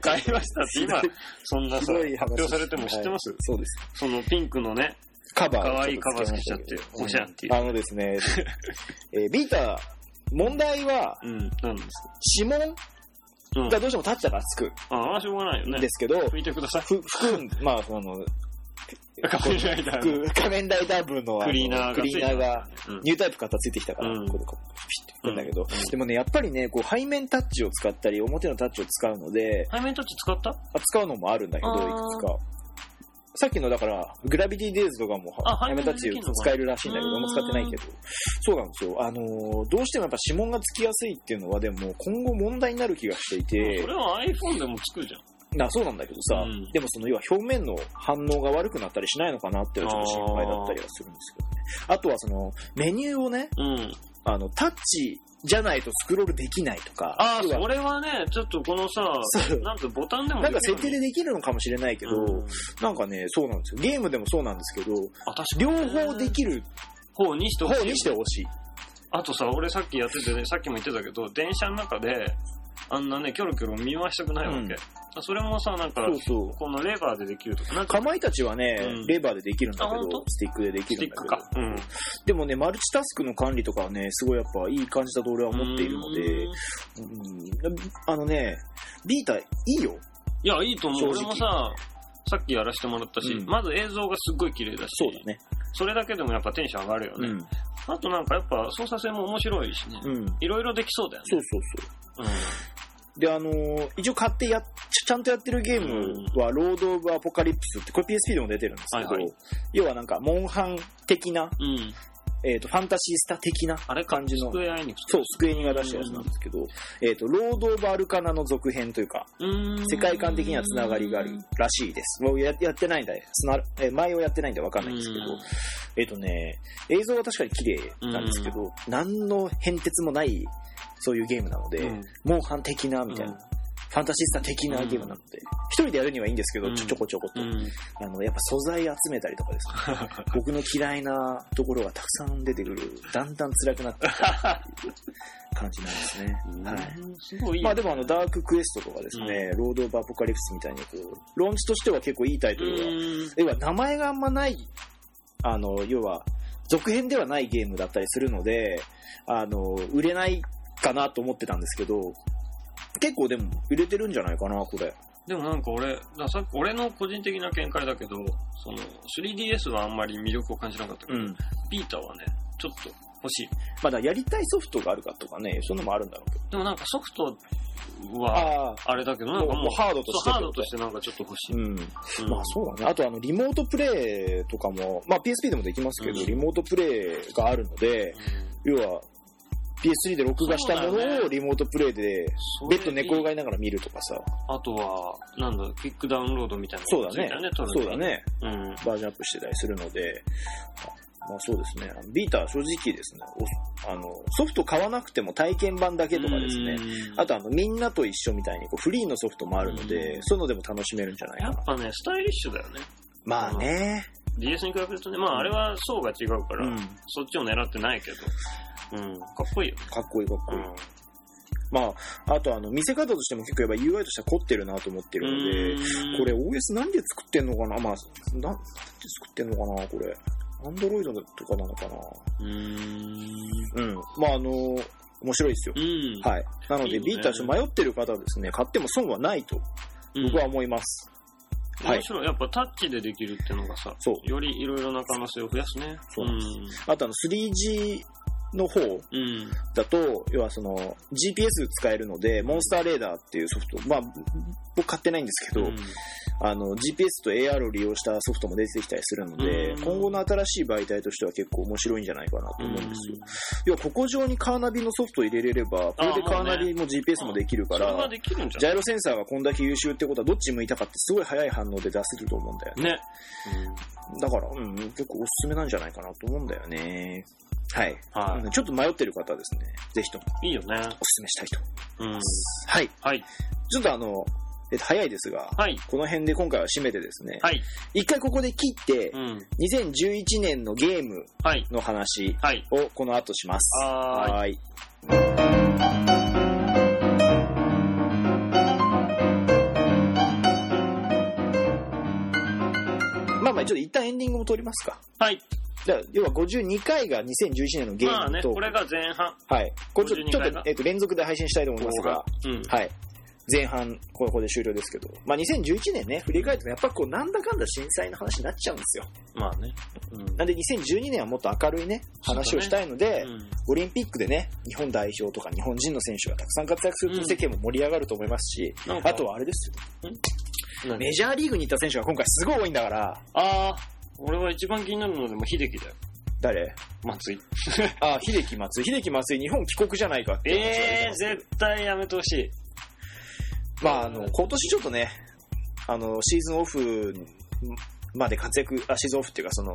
B: 買いましたって今、そんな
A: ひ
B: さ、
A: ど
B: 発
A: い話。
B: 表されても知ってます
A: はいそうです。
B: そのピンクのね、
A: カバーを
B: 可愛い
A: ちょっとけまたけど
B: カバーつけちゃっておしゃんっていう
A: あのですね、えー、ビーター、問題は、
B: うん、なんです
A: 指紋
B: か。うん
A: が。どうしても立っちゃからつく
B: ああ、しょうがないよ
A: ん
B: ね。
A: ですけど、
B: 拭いてください。
A: ふ、含ん、まあ、その、
B: 仮面ライダーの
A: ふ仮面ライダー部のあの
B: クリーナーが。
A: クリーナーが、
B: うん。
A: ニュータイプ型ついてきたから、
B: うん
A: これこう、ピシッといくんだけど、
B: うん
A: でもね、やっぱりね、こう、背面タッチを使ったり、表のタッチを使うので、
B: 背面タッチ使った
A: あ使うのもあるんだけど、い
B: あー
A: くつか。さっきの、だから、グラビティデイズとかも
B: あ、
A: 背面タッチ使えるらしいんだけど、
B: う
A: あ
B: ん
A: んま使ってないけど。そうなんですよ。あのーどうしてもやっぱ指紋がつきやすいっていうのは、でも、今後問題になる気がしていて
B: そ、れは iPhone でもつくじゃん。
A: な、そうなんだけどさ、
B: うん
A: でもその、要は表面の反応が悪くなったりしないのかなっていうのはちょっと心配だったりはするんですけどね。あとはその、メニューをね、
B: うん。
A: あの、タッチじゃないとスクロールできないとか、
B: ああ、
A: 要は
B: それはね、ちょっとこのさ、
A: そう
B: なんとボタンでも
A: なんか
B: きる
A: 設定でできるのかもしれないけど、
B: うん
A: なんかね、そうなんですよ。ゲームでもそうなんですけど、
B: あ、確
A: 両
B: かに。
A: 方できる
B: 方にしてほしい
A: 方にしてほしい。
B: あとさ、俺さっきやっててね、さっきも言ってたけど、電車の中で、あんなね、キョロキョロ見回したくないわけ。
A: うん
B: それもさ、なんか
A: そ、うそう。
B: このレバーでできるとか、なんか、
A: かまいたちはね、
B: うん
A: レバーでできるんだけ
B: あ
A: ど
B: 本、当
A: スティックででき
B: ステ
A: るん
B: ィッ
A: だけ
B: ク
A: ど
B: か。。うん。
A: でもね、マルチタスクの管理とかはね、すごいやっぱいい感じだと俺は思っているので
B: う
A: う
B: ん、
A: んあのね、ビータいいよ。
B: いや、いいと思う。
A: 正
B: 俺
A: 直
B: もさ、さっきやらせてもらったし、
A: うん
B: まず映像がすっごい綺麗だし、
A: そうだね。
B: それだけでもやっぱテンション上がるよね。
A: うん。
B: あとなんかやっぱ操作性も面白いしね。
A: うん。
B: いろいろできそうだよね。
A: そうそうそう。で、あのー一応買ってやっ、ちちゃんとやってるゲームは、ロード・オブ・アポカリプスって、これ PSP でも出てるんですけど、
B: はいはい
A: 要はなんか、モンハン的な、
B: うん。うん。
A: えっ、と、ファンタシースタ的な
B: あれか
A: 感じの
B: ス、クエアエニックス。
A: そう、スクエニが出したやつなんですけど、えっ、と、ロード・オブ・アルカナの続編というか、
B: うーん
A: 世界観的にはつながりがあるらしいです。もうややってないんだつな、えー前をやってないんでわかんないんですけど、
B: うん
A: えっ、とね、映像は確かに綺麗なんですけど、何の変哲もない、そういうゲームなので、
B: うん
A: モンハン的な、みたいな。
B: うん
A: ファンタシスタ的なゲームなので、一、人でやるにはいいんですけど、
B: うん
A: ちょちょこちょこと、
B: うん。。
A: あの、やっぱ素材集めたりとかですね、僕の嫌いなところがたくさん出てくる、だんだん辛くなってきたっていう感じなんですね はい。
B: うんすごいいい
A: まあでもあの、ダーククエストとかですね、ロード・オブ・アポカリプスみたいにこう、ローンチとしては結構いいタイトルが、
B: うん
A: 要は名前があんまない、あの、要は、続編ではないゲームだったりするので、あの、売れないかなと思ってたんですけど、結構でも売れてるんじゃないかな、これ。
B: でもなんか俺、だからさっき俺の個人的な見解だけど、その 3DS はあんまり魅力を感じなかったけど、
A: ん。
B: ビータはね、ちょっと欲しい。
A: まだやりたいソフトがあるかとかね、そういうのもあるんだろうけど。
B: でもなんかソフトは、
A: ああ、
B: あれだけど、なんか
A: もう
B: もう、
A: ハードとして
B: そうハードとしてなんかちょっと欲しい。
A: うん。
B: うん
A: まあそうだね。あとあの、リモートプレイとかも、まあ PSP でもできますけど、
B: うん
A: リモートプレイがあるので、要は、PS3 で録画したも
B: そうだよ
A: のを
B: ね
A: リモートプレイで、ベッド寝転がりながら見るとかさ。
B: あとは、なんだ、クイックダウンロードみたいな
A: そう
B: の
A: だ
B: つい
A: ね
B: たよね、。
A: そうだ
B: ね。
A: ね。
B: うん。
A: バージョンアップしてたりするので、まあそうですね。ビータは正直ですね、おあの、ソフト買わなくても体験版だけとかですね。
B: うん
A: あとあの、みんなと一緒みたいにこうフリーのソフトもあるの
B: う
A: で、
B: ん
A: そういうのでも楽しめるんじゃない
B: や
A: かな。
B: っぱね、スタイリッシュだよね。
A: まあね。
B: DS に比べるとね、まああれは層が違うから、
A: うん。
B: そっちを狙ってないけど、うん、かっこいいよ。
A: かっこいいかっこ
B: う
A: いい。
B: ん。
A: まあ、あとあの、見せ方としても結構やっぱ UI としては凝ってるなと思ってるので、これ OS 何で作ってんのかなまあ、なんなんで作ってんのかなこれ。アンドロイドとかなのか
B: うーん。
A: なうん。まああの、面白いですよ。
B: うん。
A: はい。なの
B: いい
A: で、
B: ね
A: ビーター迷ってる方はですね、買っても損はないと、
B: うん
A: 僕は思います。はい
B: 面白い。やっぱタッチでできるってのがさ、
A: そう
B: よりいろいろな可能性を増やすね。
A: そうなんあと、あの、3G の方
B: うん。うん。
A: だと、要はその、GPS 使えるので、モンスターレーダーっていうソフト、まあ、僕買ってないんですけど、
B: ん
A: あの、GPS と AR を利用したソフトも出てきたりするので、
B: うん
A: 今後の新しい媒体としては結構面白いんじゃないかなと思うんですよ。要は、ここ上にカーナビのソフトを入れれれば、これでカーナビも GPS もできる
B: そ
A: か
B: れが
A: ら、
B: できるんじ
A: ジ
B: ゃ
A: ャイロセンサーがこんだけ優秀ってことは、どっち向いたかってすごい早い反応で出せると思うんだよね。
B: ないね。
A: だから、うん、結構おすすめなんじゃないかなと思うんだよね。はい。
B: は
A: うんちょっと迷ってる方はですね、ぜひともおす
B: い。いいよね。
A: すめしたいと思い
B: うん
A: ま。す。はい。
B: はい。
A: ちょっとあの、えっと、早いですが、
B: はい。
A: この辺で今回は締めてですね、
B: はい。
A: 一回ここで切って
B: う、ん。
A: 2011年のゲーム
B: はい。
A: の話
B: はい。
A: をこの後します。
B: はーい
A: はーい。まあまあ、ちょっと一旦エンディングも通りますか。
B: はい。
A: じゃあ要は52回が2011年のゲ
B: ま
A: ー
B: あ
A: ム
B: ね、
A: と、
B: これが前半。
A: はい。これちょっと
B: 52
A: ちょ
B: 回
A: っ
B: が
A: と、えっと、連続で配信したいと思いますが、
B: うん。
A: はい。前半、ここで終了ですけど、まあ、2011年ね、振り返っても、やっぱこう、なんだかんだ震災の話になっちゃうんですよ。
B: まあね。うん。
A: なんで、2012年はもっと明るいね、話をしたいので、
B: うん
A: オリンピックでね、日本代表とか日本人の選手がたくさん活躍する
B: う
A: と
B: ん
A: 世間も盛り上がると思いますし、
B: なんか
A: あとはあれですよ、
B: 何
A: メジャーリーグに行った選手が今回すごい多いんだから、
B: ああ、俺は一番気になるのでも秀樹だよ。
A: 誰
B: 松井。
A: あ、秀樹松井、秀樹松井、日本帰国じゃないかって
B: え
A: 話が出て
B: え
A: ますけど
B: 絶対やめてほしい。
A: まあ、あの、今年ちょっとね、あの、シーズンオフまで活躍、あ、シーズンオフっていうか、その、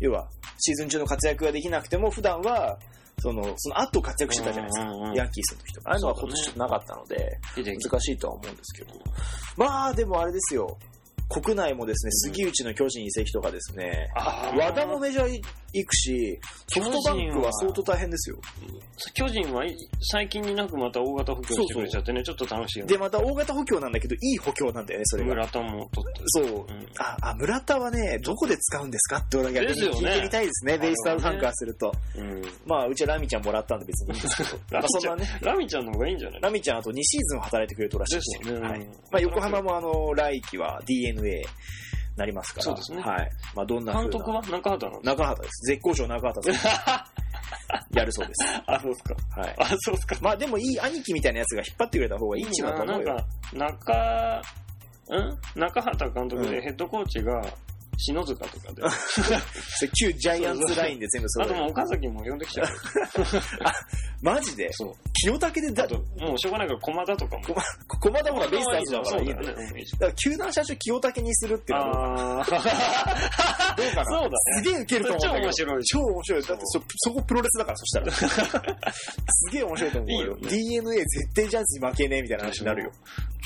A: 要は、シーズン中の活躍ができなくても、普段は、その、その後活躍してたじゃないですか。
B: うんうんうん
A: ヤンキースの時とか。ああいうのは今年ちょっとなかったので、
B: 秀樹。
A: 難しいとは思うんですけど。まあ、でもあれですよ。国内もですね、杉内の巨人移籍とかですね、
B: ああ
A: 和田もメジャー行くし、ソフトバンクは相当大変ですよ。
B: 巨人はい最近になくまた大型補強してくれちゃってね、ちょっと楽しいよね。
A: で、また大型補強なんだけど、いい補強なんだよね、それが。
B: 村田も取って。
A: そう
B: う。ん
A: あ、あ、村田はね、どこで使うんですかって俺は逆に
B: ですよね
A: 聞いてみたいですね、ベイスターズファンからすると。
B: うん。。
A: まあ、うちはラミちゃんもらったんで別にいいんですけどまあ、そんなね、
B: ラミちゃんの方がいいんじゃない
A: ラミちゃんあと2シーズン働いてくれるとらしい
B: で
A: ですすね。
B: よね。
A: はい
B: うん
A: まあ、横浜もあの、来季は DNA になりますから。
B: そうですね
A: はい。まあ、どんな風
B: 監
A: な
B: 督は中畑なの
A: 中畑です。絶好調中畑さ ん。やるそうです。
B: あ、そうっすか。
A: はい。
B: あ、そうっすか。
A: まあ、でもいい兄貴みたいなやつが引っ張ってくれた方がいいチームだと思うよ。
B: なんか、中、ん中畑監督でヘッドコーチが篠塚 とかで。あ
A: それ旧ジャイアンツラインで全部揃え
B: と
A: る
B: もう岡崎も呼んでき ちゃう。
A: マジで
B: そう。
A: 清武で
B: あ
A: だ、
B: と、もうしょうがないから駒田とかも。
A: 駒駒田ほらベイスターズだからいいのよ
B: そうだよね。うんいいじ
A: だから球団社長清武にするって
B: ゃ
A: い
B: ん
A: うのは
B: あー
A: どうかな
B: そうだね
A: すげえウケると思うんだけど
B: 超面白い
A: 超面白いだってそそこプロレスだからそしたら すげえ面白いと思うよ
B: いいよね
A: DNA 絶対ジャンツに負けねえみたいな話になるよ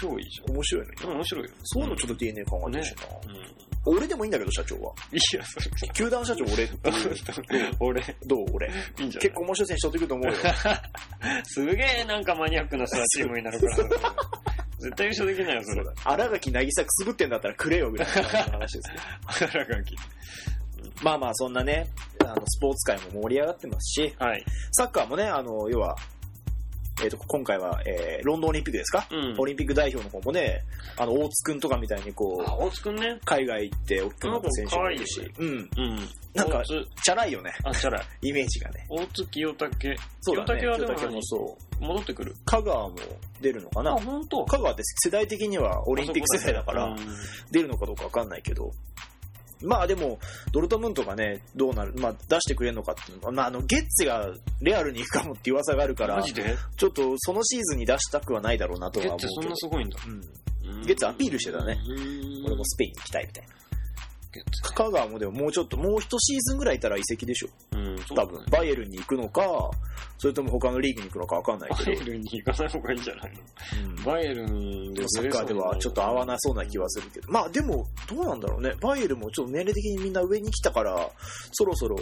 B: 超いいじ
A: 面白いのに
B: ゃん。うん面白いよ。
A: そういうのちょっと DNA 考えてほしいな、
B: うん。い
A: 俺でもいいんだけど社長は
B: や、それ。
A: 球団社長俺っていう
B: 俺、
A: どう俺
B: いいんじゃない
A: 結構面白い選手取ってくると思うよ
B: すげえなんかマニアックなさ、チームになる から。絶対優勝できないよ、それ。
A: 新垣渚くすぶってんだったらくれよぐらいの話ですけど
B: 原垣。
A: まあまあそんなねあのスポーツ界も盛り上がってますし
B: はい。
A: サッカーもね、あの、要は、えっ、と、今回は、えー、ロンドンオリンピックですか、
B: うん
A: オ。リンピック代表の方もね、あの、大津くんとかみたいにこ
B: あ、
A: う、
B: 大津くんね。
A: 海外行って大きくなった選手もいるし、
B: なん
A: うん。
B: うん。
A: なんか
B: 大津、
A: チャラいよね、
B: あ、チャラい。
A: イメージがね。
B: 大津清武。
A: そうだね。
B: 清武はでも
A: 清武もそう。
B: 戻ってくる。
A: 香川も出るのか
B: あ、
A: な
B: ほんと。
A: 香川って世代的にはオリンピック世代だから
B: うん、
A: 出るのかどうかわかんないけど、まあでも、ドルトムントがね、どうなる、まあ出してくれるのかっていうのまああの、ゲッツがレアルに行くかもっていう噂があるから
B: マ、ジで
A: ちょっとそのシーズンに出したくはないだろうなと
B: ゲ
A: は
B: ッ
A: 思う
B: ツそ
A: け
B: ん
A: ど
B: な。すごいんだ。
A: うん。
B: うん
A: ゲッツアピールしてたね。
B: うん
A: 俺もスペインに行きたいみたいな。
B: ゲッツね
A: 香川もでももうちょっと、もう一シーズンぐらいいたら移籍でしょ。
B: うん、
A: 多分、バイエルンに行くのか、それとも他のリーグに行くのかわかんない
B: バ
A: け
B: イエ
A: ど、
B: ルンに行かない方がいいんじゃないの
A: うん
B: バイエルンで
A: サッカーではちょっと合わなそうな気はするけど、まあでも、どうなんだろうね、バイエルンもちょっと年齢的にみんな上に来たから、そろそろ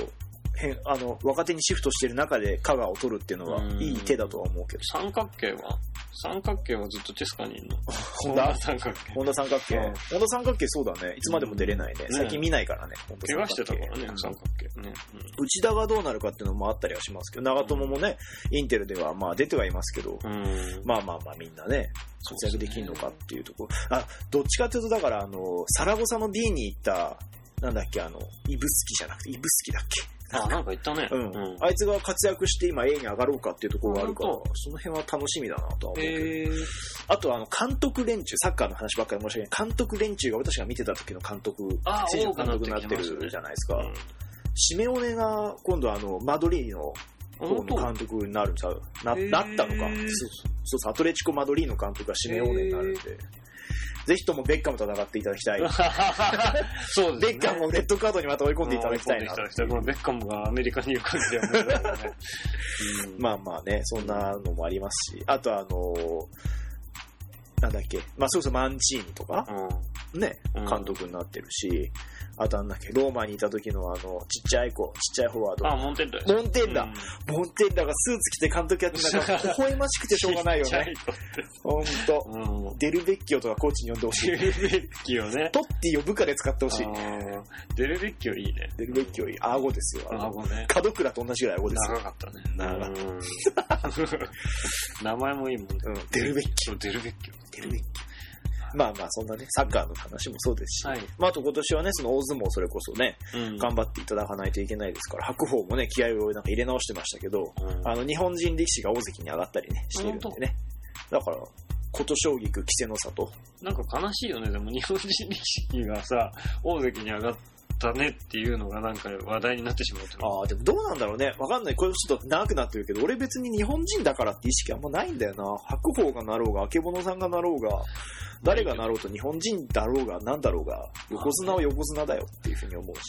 A: 変あの若手にシフトしてる中で香川を取るっていうのは
B: うん
A: いい手だとは思うけど、
B: 三角形は三角形はずっとテスカにいるの。
A: 本田
B: 三角形。
A: 本田三角形、
B: うん
A: 本田三角形そうだね、いつまでも出れないね、
B: うん
A: 最近見ないからね、本田
B: 怪
A: 三角
B: 我し
A: 形
B: てたからね、三角形ね。
A: 内田がどうなるかっていうのもあったりはしますけど、長友もね、インテルではまあ出てはいますけど、
B: うん。うん
A: まあまあまあみんなね、活躍できるのかっていうところ。あ、どっちかっていうと、だから、あの、サラゴサの B に行った、なんだっけ、あの、イブスキじゃなくて、イブスキだっけ。
B: あ、なんか言ったね。
A: うん。あいつが活躍して今 A に上がろうかっていうところがあるから
B: あ本、
A: その辺は楽しみだなとは思うけど。
B: えー、
A: あと、あの、監督連中、サッカーの話ばっかり申し訳ない。監督連中が私が見てた時の監督、
B: あ
A: 選手の
B: 多く
A: 監
B: なっ
A: 督
B: てき
A: に
B: ま
A: な
B: す
A: っ
B: ね
A: てるじゃないですか。
B: うん
A: シメオネが今度あの、マドリーの方の
B: 本当
A: 監督になるんちゃうな
B: へー
A: なったのか。そうそうそう、アトレチコ・マドリーの監督がシメオーネになるんで、ぜひともベッカムと戦っていただ きたい。
B: そうです
A: ベ
B: ね。
A: ッカムをレッドカードにまた追い込んでいただきたいな。
B: もうベッカムがアメリカにいる感じではもうないね。う ん
A: まあまあね、そんなのもありますし、あとあのーなんだっけ、まあそうそうマンチーニとか、ね、
B: うん
A: 監督になってるし、あとなんだっけ、ローマにいた時のあの、ちっちゃい子、ちっちゃいフォワー
B: うんあ、
A: ド。
B: モンテッド
A: モンテンダ、モンテンダがスーツ着て監督やってたから、微笑ましくてしょうがない よね。。ほんと。
B: うん。
A: デルベッキオとかコーチに呼んでほしい
B: デ。ルベッキオね。
A: トッティを部下で使ってほしい
B: あ。ーデルベッキオいいね。
A: デルベッキオいい。顎ですよ。あ
B: あ
A: の、
B: ごね。
A: 門倉と同じぐらい顎ですよ。
B: 長かったね。
A: 長か
B: うん 名前もいいもんね。
A: うんデルベッキ
B: そうデルベッキ
A: デルベッキオ。まあまあ、そんなね、サッカーの話もそうですし。
B: オ。はい。
A: まあ、あと今年はね、その大相撲それこそね、
B: うん
A: 頑張っていただかないといけないですから、白鵬もね、気合をなんか入れ直してましたけど、
B: うん
A: あの、日本人力士が大関に上がったりね、してるんでね。だから、琴将棋区、稀勢の里。
B: なんか悲しいよね。でも日本人力士がさ、大関に上がったねっていうのがなんか話題になってしまうとね
A: ああ、でもどうなんだろうね。わかんない。これちょっと長くなってるけど、俺別に日本人だからって意識あんまないんだよな。白鵬がなろうが、あけぼのさんがなろうが、誰がなろうと日本人だろうが、なんだろうが、横綱は横綱だよっていうふうに思うし。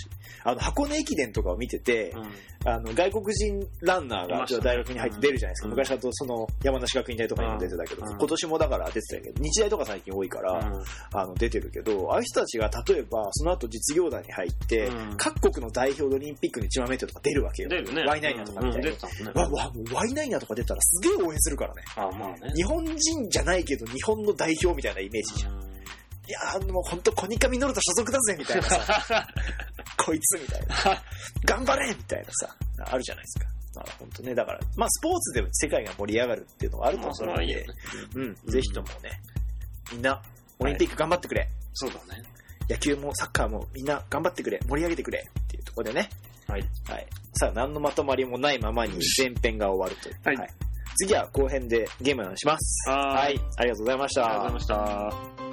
A: あの、箱根駅伝とかを見てて、
B: うん
A: あの、外国人ランナー
B: い
A: が
B: ましたね
A: 大学に入って出るじゃないですか。
B: うん
A: 昔だとその、山梨学院大とかにも出てたけど、
B: うん
A: 今年もだから出てたけど、日大とか最近多いから、あの、出てるけど、ああいう人たちが例えば、その後実業団に入って、
B: うん
A: 各国の代表でオリンピックにちまめてとか出るわけよ。
B: 出るね。
A: ワイナイナとかみたいな
B: うん出てたもんね。
A: わわもうワイナイナとか出たらすげえ応援するからね。
B: あ、まあね。
A: 日本人じゃないけど日本の代表みたいなイメージじゃん。 いやーもうほんとコニカミノルタ所属だぜみたいな さ、こいつみたいな。頑張れみたいなさ、あるじゃないですか。まあ本当ね、だから、まあスポーツで世界が盛り上がるっていうのはあると
B: まあ、それ
A: 思う
B: は
A: の
B: いいよ
A: で
B: ね、。
A: うん、ぜひともね、みんなオリンピック頑張ってくれ。
B: そうだね。
A: 野球もサッカーもみんな頑張ってくれ、盛り上げてくれっていうところでね。
B: はい。
A: はい。さあ、何のまとまりもないままに前編が終わるという。
B: はい
A: 次は後編でゲームの話します。
B: はーい
A: はい。ありがとうございました。
B: ありがとうございました。